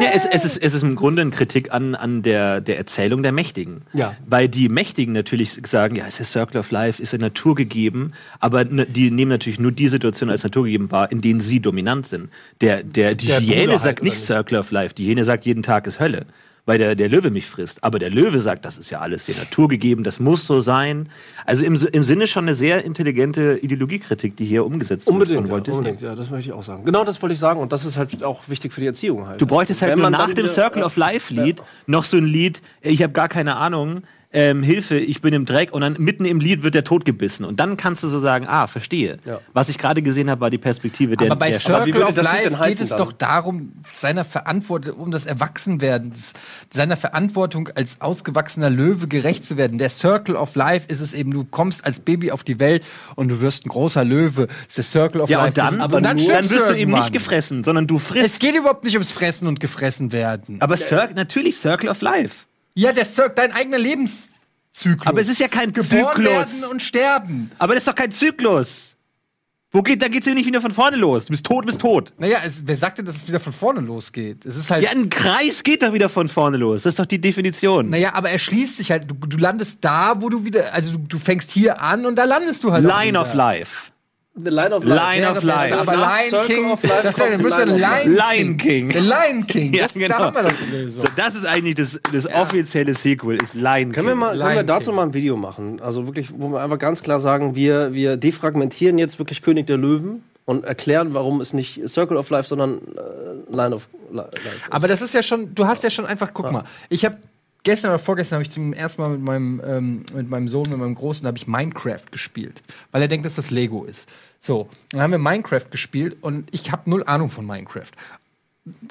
Speaker 2: Ja, es, es, ist, es ist im Grunde eine Kritik an, an der, der Erzählung der Mächtigen.
Speaker 3: Ja.
Speaker 2: Weil die Mächtigen natürlich sagen, ja, es ist Circle of Life, ist ja naturgegeben, aber ne, die nehmen natürlich nur die Situation als naturgegeben wahr, in denen sie dominant sind. Der, der, die
Speaker 3: Der
Speaker 2: Hyäne
Speaker 3: Bruder halt,
Speaker 2: sagt
Speaker 3: oder
Speaker 2: nicht
Speaker 3: nicht?
Speaker 2: Circle of Life, die Hyäne sagt, jeden Tag ist Hölle, weil der, der Löwe mich frisst. Aber der Löwe sagt, das ist ja alles hier naturgegeben, das muss so sein. Also im, im Sinne schon eine sehr intelligente Ideologiekritik, die hier umgesetzt wird
Speaker 3: Unbedingt,
Speaker 2: von
Speaker 3: ja,
Speaker 2: Walt Disney.
Speaker 3: unbedingt, ja, das möchte ich auch sagen. Genau das wollte ich sagen und das ist halt auch wichtig für die Erziehung halt.
Speaker 2: Du bräuchtest halt
Speaker 3: Wenn
Speaker 2: nur
Speaker 3: man
Speaker 2: nach
Speaker 3: dann
Speaker 2: dem
Speaker 3: wieder- äh,
Speaker 2: Circle
Speaker 3: ja.
Speaker 2: of Life Lied noch so ein Lied, äh, ich habe gar keine Ahnung, ähm, Hilfe, ich bin im Dreck und dann mitten im Lied wird der tot gebissen und dann kannst du so sagen, ah, verstehe.
Speaker 3: Ja.
Speaker 2: Was ich gerade gesehen habe, war die Perspektive der
Speaker 1: Aber bei
Speaker 2: der
Speaker 3: wie
Speaker 1: Circle
Speaker 3: würde
Speaker 1: of
Speaker 3: das Lied
Speaker 1: Life
Speaker 3: denn
Speaker 1: geht
Speaker 3: heißen
Speaker 1: es
Speaker 3: dann?
Speaker 1: doch darum, seiner Verantwortung, um das Erwachsenwerden, des- seiner Verantwortung als ausgewachsener Löwe gerecht zu werden. Der Circle of Life ist es eben, du kommst als Baby auf die Welt und du wirst ein großer Löwe. Das ist der Circle of
Speaker 2: Ja,
Speaker 1: Life.
Speaker 2: und dann,
Speaker 1: aber dann,
Speaker 2: dann,
Speaker 1: stirbst
Speaker 2: wirst du eben nicht
Speaker 1: irgendwann.
Speaker 2: gefressen, sondern du frisst.
Speaker 1: Es geht überhaupt nicht ums Fressen und gefressen werden.
Speaker 2: aber Cir natürlich Circle of Life.
Speaker 1: Ja, der Circle, dein eigener Lebenszyklus.
Speaker 2: Aber es ist ja kein
Speaker 1: Hm. Geboren
Speaker 2: Zyklus.
Speaker 1: werden und sterben.
Speaker 2: Aber das ist doch kein Zyklus. Wo geht, da geht's ja nicht wieder von vorne los. Du bist tot, du bist tot.
Speaker 1: Naja, es, wer sagt denn, dass es wieder von vorne losgeht? Es ist halt.
Speaker 2: Ja, ein Kreis geht doch wieder von vorne los. Das ist doch die Definition.
Speaker 1: Naja, aber er schließt sich halt. Du, du landest da, wo du wieder. Also du, du fängst hier an und da landest du halt. auch
Speaker 2: Line
Speaker 1: wieder.
Speaker 2: of Life.
Speaker 3: The Line of Life.
Speaker 2: Line of
Speaker 1: Wäre besser,
Speaker 2: Life.
Speaker 1: Aber
Speaker 3: Nach
Speaker 1: Lion
Speaker 3: Circle
Speaker 1: King.
Speaker 3: of Life
Speaker 1: Das wäre
Speaker 3: kommt
Speaker 1: müsste
Speaker 3: Lion of
Speaker 1: Lion,
Speaker 2: Life. Lion King.
Speaker 1: Der Lion King.
Speaker 2: Ja,
Speaker 1: Das,
Speaker 2: genau.
Speaker 1: Da haben wir doch die Lösung.
Speaker 2: So, das ist eigentlich das, das offizielle Sequel, ist Lion
Speaker 3: Können wir, mal, können wir
Speaker 1: Lion
Speaker 3: dazu
Speaker 1: King.
Speaker 3: mal ein Video machen? Also wirklich, wo wir einfach ganz klar sagen, wir, wir defragmentieren jetzt wirklich König der Löwen und erklären, warum es nicht Circle of Life, sondern äh, Line of Li- Life ist.
Speaker 1: Aber das ist ja schon, du hast ja schon einfach, guck mal, ich habe gestern oder vorgestern habe ich zum ersten Mal mit meinem, ähm, mit meinem Sohn, mit meinem Großen, habe ich Minecraft gespielt, weil er denkt, dass das Lego ist. So, dann haben wir Minecraft gespielt und ich habe null Ahnung von Minecraft.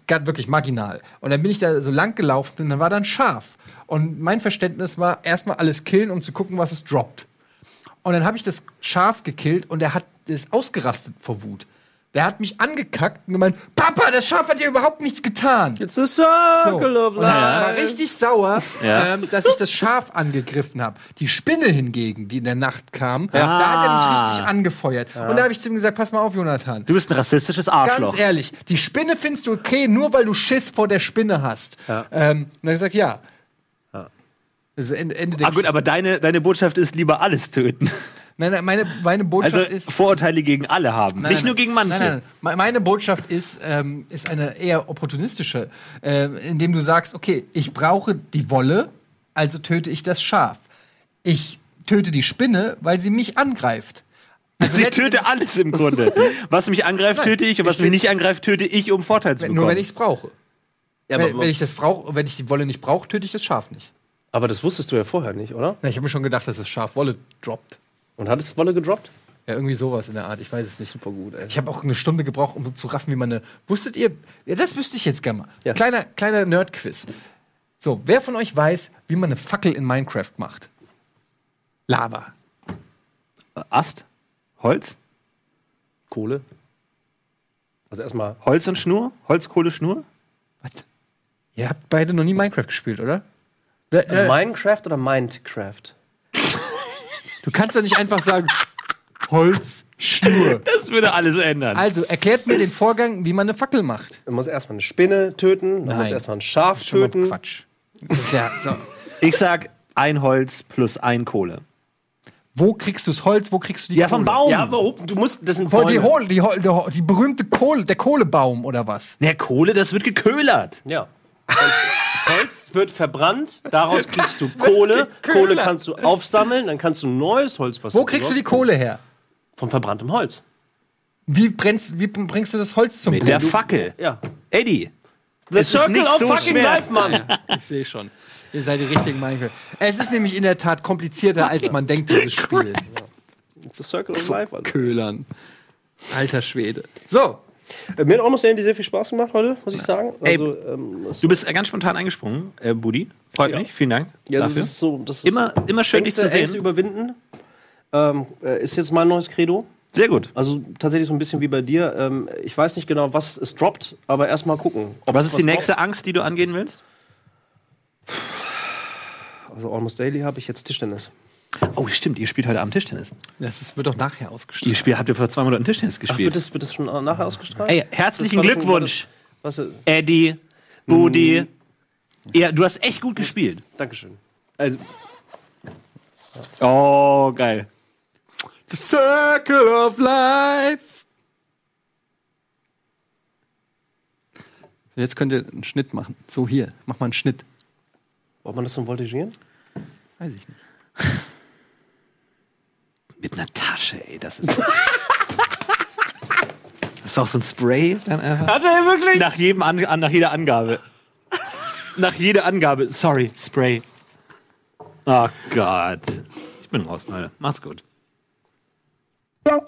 Speaker 1: Gar wirklich marginal. Und dann bin ich da so lang gelaufen und dann war da ein Schaf. Und mein Verständnis war, erstmal alles killen, um zu gucken, was es droppt. Und dann habe ich das Schaf gekillt und er hat ist ausgerastet vor Wut. Der hat mich angekackt und gemeint, Papa, das Schaf hat dir überhaupt nichts getan.
Speaker 3: It's the Circle
Speaker 1: So.
Speaker 3: of
Speaker 1: Und dann war
Speaker 3: Life.
Speaker 1: richtig sauer,
Speaker 2: Ja.
Speaker 1: ähm, dass ich das Schaf angegriffen habe. Die Spinne hingegen, die in der Nacht kam, da hat er mich richtig angefeuert. Und da habe ich zu ihm gesagt: Pass mal auf, Jonathan.
Speaker 2: Ah. Du bist ein rassistisches Arschloch.
Speaker 1: Ganz ehrlich, die Spinne findest du okay, nur weil du Schiss vor der Spinne hast. Ähm, und dann hat er gesagt: Ja. Das ist Ende, Ende der
Speaker 2: ah gut,
Speaker 1: Geschichte.
Speaker 2: aber deine, deine Botschaft ist lieber alles töten.
Speaker 1: Nein, nein, meine, meine Botschaft
Speaker 2: Also
Speaker 1: ist.
Speaker 2: Vorurteile gegen alle haben,
Speaker 1: Nein,
Speaker 2: nicht
Speaker 1: nein,
Speaker 2: nur gegen manche.
Speaker 1: Nein, nein. Me- Meine Botschaft ist, ähm, ist eine eher opportunistische, ähm, indem du sagst, okay, ich brauche die Wolle, also töte ich das Schaf. Ich töte die Spinne, weil sie mich angreift. Also
Speaker 2: Sie
Speaker 1: letztendlich-
Speaker 2: töte alles im Grunde. Was mich angreift,
Speaker 1: Nein,
Speaker 2: töte ich und was
Speaker 1: ich
Speaker 2: mich
Speaker 1: tö-
Speaker 2: nicht angreift, töte ich, um Vorteil zu bekommen.
Speaker 1: Nur wenn ich es brauche.
Speaker 3: Ja,
Speaker 1: Wenn,
Speaker 3: aber,
Speaker 1: wenn ich das brauche, wenn ich die Wolle nicht brauche, töte ich das Schaf nicht.
Speaker 3: aber das wusstest du ja vorher nicht, oder?
Speaker 1: Na, ich habe mir schon gedacht, dass das Schaf Wolle droppt.
Speaker 3: Und hattest Wolle gedroppt?
Speaker 1: Ja, irgendwie sowas in der Art. Ich weiß es nicht.
Speaker 3: Super gut, ey.
Speaker 1: Ich habe auch eine Stunde gebraucht, um zu raffen, wie man eine. Wusstet ihr? Ja, das wüsste ich jetzt gerne mal.
Speaker 3: Ja.
Speaker 1: Kleiner, kleiner Nerd-Quiz. So, wer von euch weiß, wie man eine Fackel in Minecraft macht? Lava.
Speaker 2: Ast, Holz,
Speaker 3: Kohle. Also erstmal.
Speaker 2: Holz und Schnur, Holz, Kohle, Schnur.
Speaker 1: Was? Ihr habt beide noch nie Minecraft gespielt, oder? Wer- äh,
Speaker 3: Minecraft oder Minecraft?
Speaker 1: du kannst doch nicht einfach sagen, Holz, Schnur.
Speaker 2: Das würde alles ändern.
Speaker 1: Also, erklärt mir den Vorgang, wie man eine Fackel macht.
Speaker 3: Man muss erstmal eine Spinne töten,
Speaker 1: Nein.
Speaker 3: dann muss erstmal ein Schaf
Speaker 1: Schon mal
Speaker 3: töten.
Speaker 1: Quatsch. Das ist ja, so.
Speaker 2: Ich sag ein Holz plus ein Kohle.
Speaker 1: Wo kriegst du das Holz? Wo kriegst du die
Speaker 2: Ja, vom
Speaker 1: Kohle?
Speaker 2: Baum.
Speaker 3: Ja, aber hopp, du musst das sind
Speaker 1: Wo- Die,
Speaker 3: Bäume.
Speaker 1: Hol- die, Hol- die, Hol- die berühmte Kohle, der Kohlebaum oder was?
Speaker 2: Der Kohle, das wird geköhlert.
Speaker 3: Ja. Holz wird verbrannt, daraus kriegst du Kohle. Kohle kannst du aufsammeln, dann kannst du neues Holz was
Speaker 1: Wo kriegst du die Kohle her?
Speaker 3: Von verbranntem Holz.
Speaker 1: Wie, brennst, wie bringst du das Holz zum
Speaker 2: Mit der Fackel.
Speaker 3: Ja.
Speaker 2: Eddie,
Speaker 3: The
Speaker 2: ist nicht so schwer.
Speaker 3: Mann.
Speaker 1: Ich sehe schon. Ihr seid die richtigen Minecraft. Es ist nämlich in der Tat komplizierter, als man denkt, dieses Spiel.
Speaker 3: It's the circle of life, Alter.
Speaker 1: Köhlern. Alter Schwede. So,
Speaker 3: Äh, Mir hat auch noch sehr, sehr viel Spaß gemacht heute, muss ich sagen.
Speaker 2: Ey,
Speaker 3: Also, ähm, das-
Speaker 2: du bist ganz spontan eingesprungen, äh, Budi. Freut
Speaker 3: Ja.
Speaker 2: mich, vielen Dank.
Speaker 3: ja, das
Speaker 2: dafür.
Speaker 3: ist so. Das ist
Speaker 2: immer, immer schön, dich
Speaker 3: Ängste,
Speaker 2: zu
Speaker 3: Ängste
Speaker 2: sehen.
Speaker 3: überwinden ähm, äh, ist jetzt mein neues Credo.
Speaker 2: Sehr gut.
Speaker 3: Also tatsächlich so ein bisschen wie bei dir. Ähm, ich weiß nicht genau, was es droppt, aber erstmal gucken. ob
Speaker 2: Was
Speaker 3: es
Speaker 2: ist die
Speaker 3: droppt.
Speaker 2: nächste Angst, die du angehen willst?
Speaker 3: Also Almost Daily habe ich jetzt Tischtennis.
Speaker 2: Oh, stimmt, ihr spielt heute Abend Tischtennis.
Speaker 1: das ist, wird doch nachher ausgestrahlt.
Speaker 2: Ihr spielt, habt ihr vor zwei Monaten Tischtennis
Speaker 3: Ach, wird
Speaker 2: gespielt.
Speaker 3: das, wird das schon nachher ausgestrahlt?
Speaker 2: Ey, herzlichen
Speaker 3: Das war das-
Speaker 2: Glückwunsch,
Speaker 3: Was, äh,
Speaker 2: Eddie, Budi. Ja, du hast echt gut gespielt.
Speaker 3: Dankeschön. Also,
Speaker 2: Oh, geil.
Speaker 1: The Circle of Life. So, jetzt könnt ihr einen Schnitt machen. So hier, mach mal einen Schnitt.
Speaker 3: braucht man das zum Voltigieren?
Speaker 1: Weiß ich nicht.
Speaker 2: Mit einer Tasche, ey, das ist. das ist auch so ein Spray. Dann einfach.
Speaker 3: Hat er wirklich?
Speaker 2: Nach, jedem An an- nach jeder Angabe. nach jeder Angabe. Sorry, Spray. Oh Gott. Ich bin raus, Leute. Macht's gut.
Speaker 5: Wow.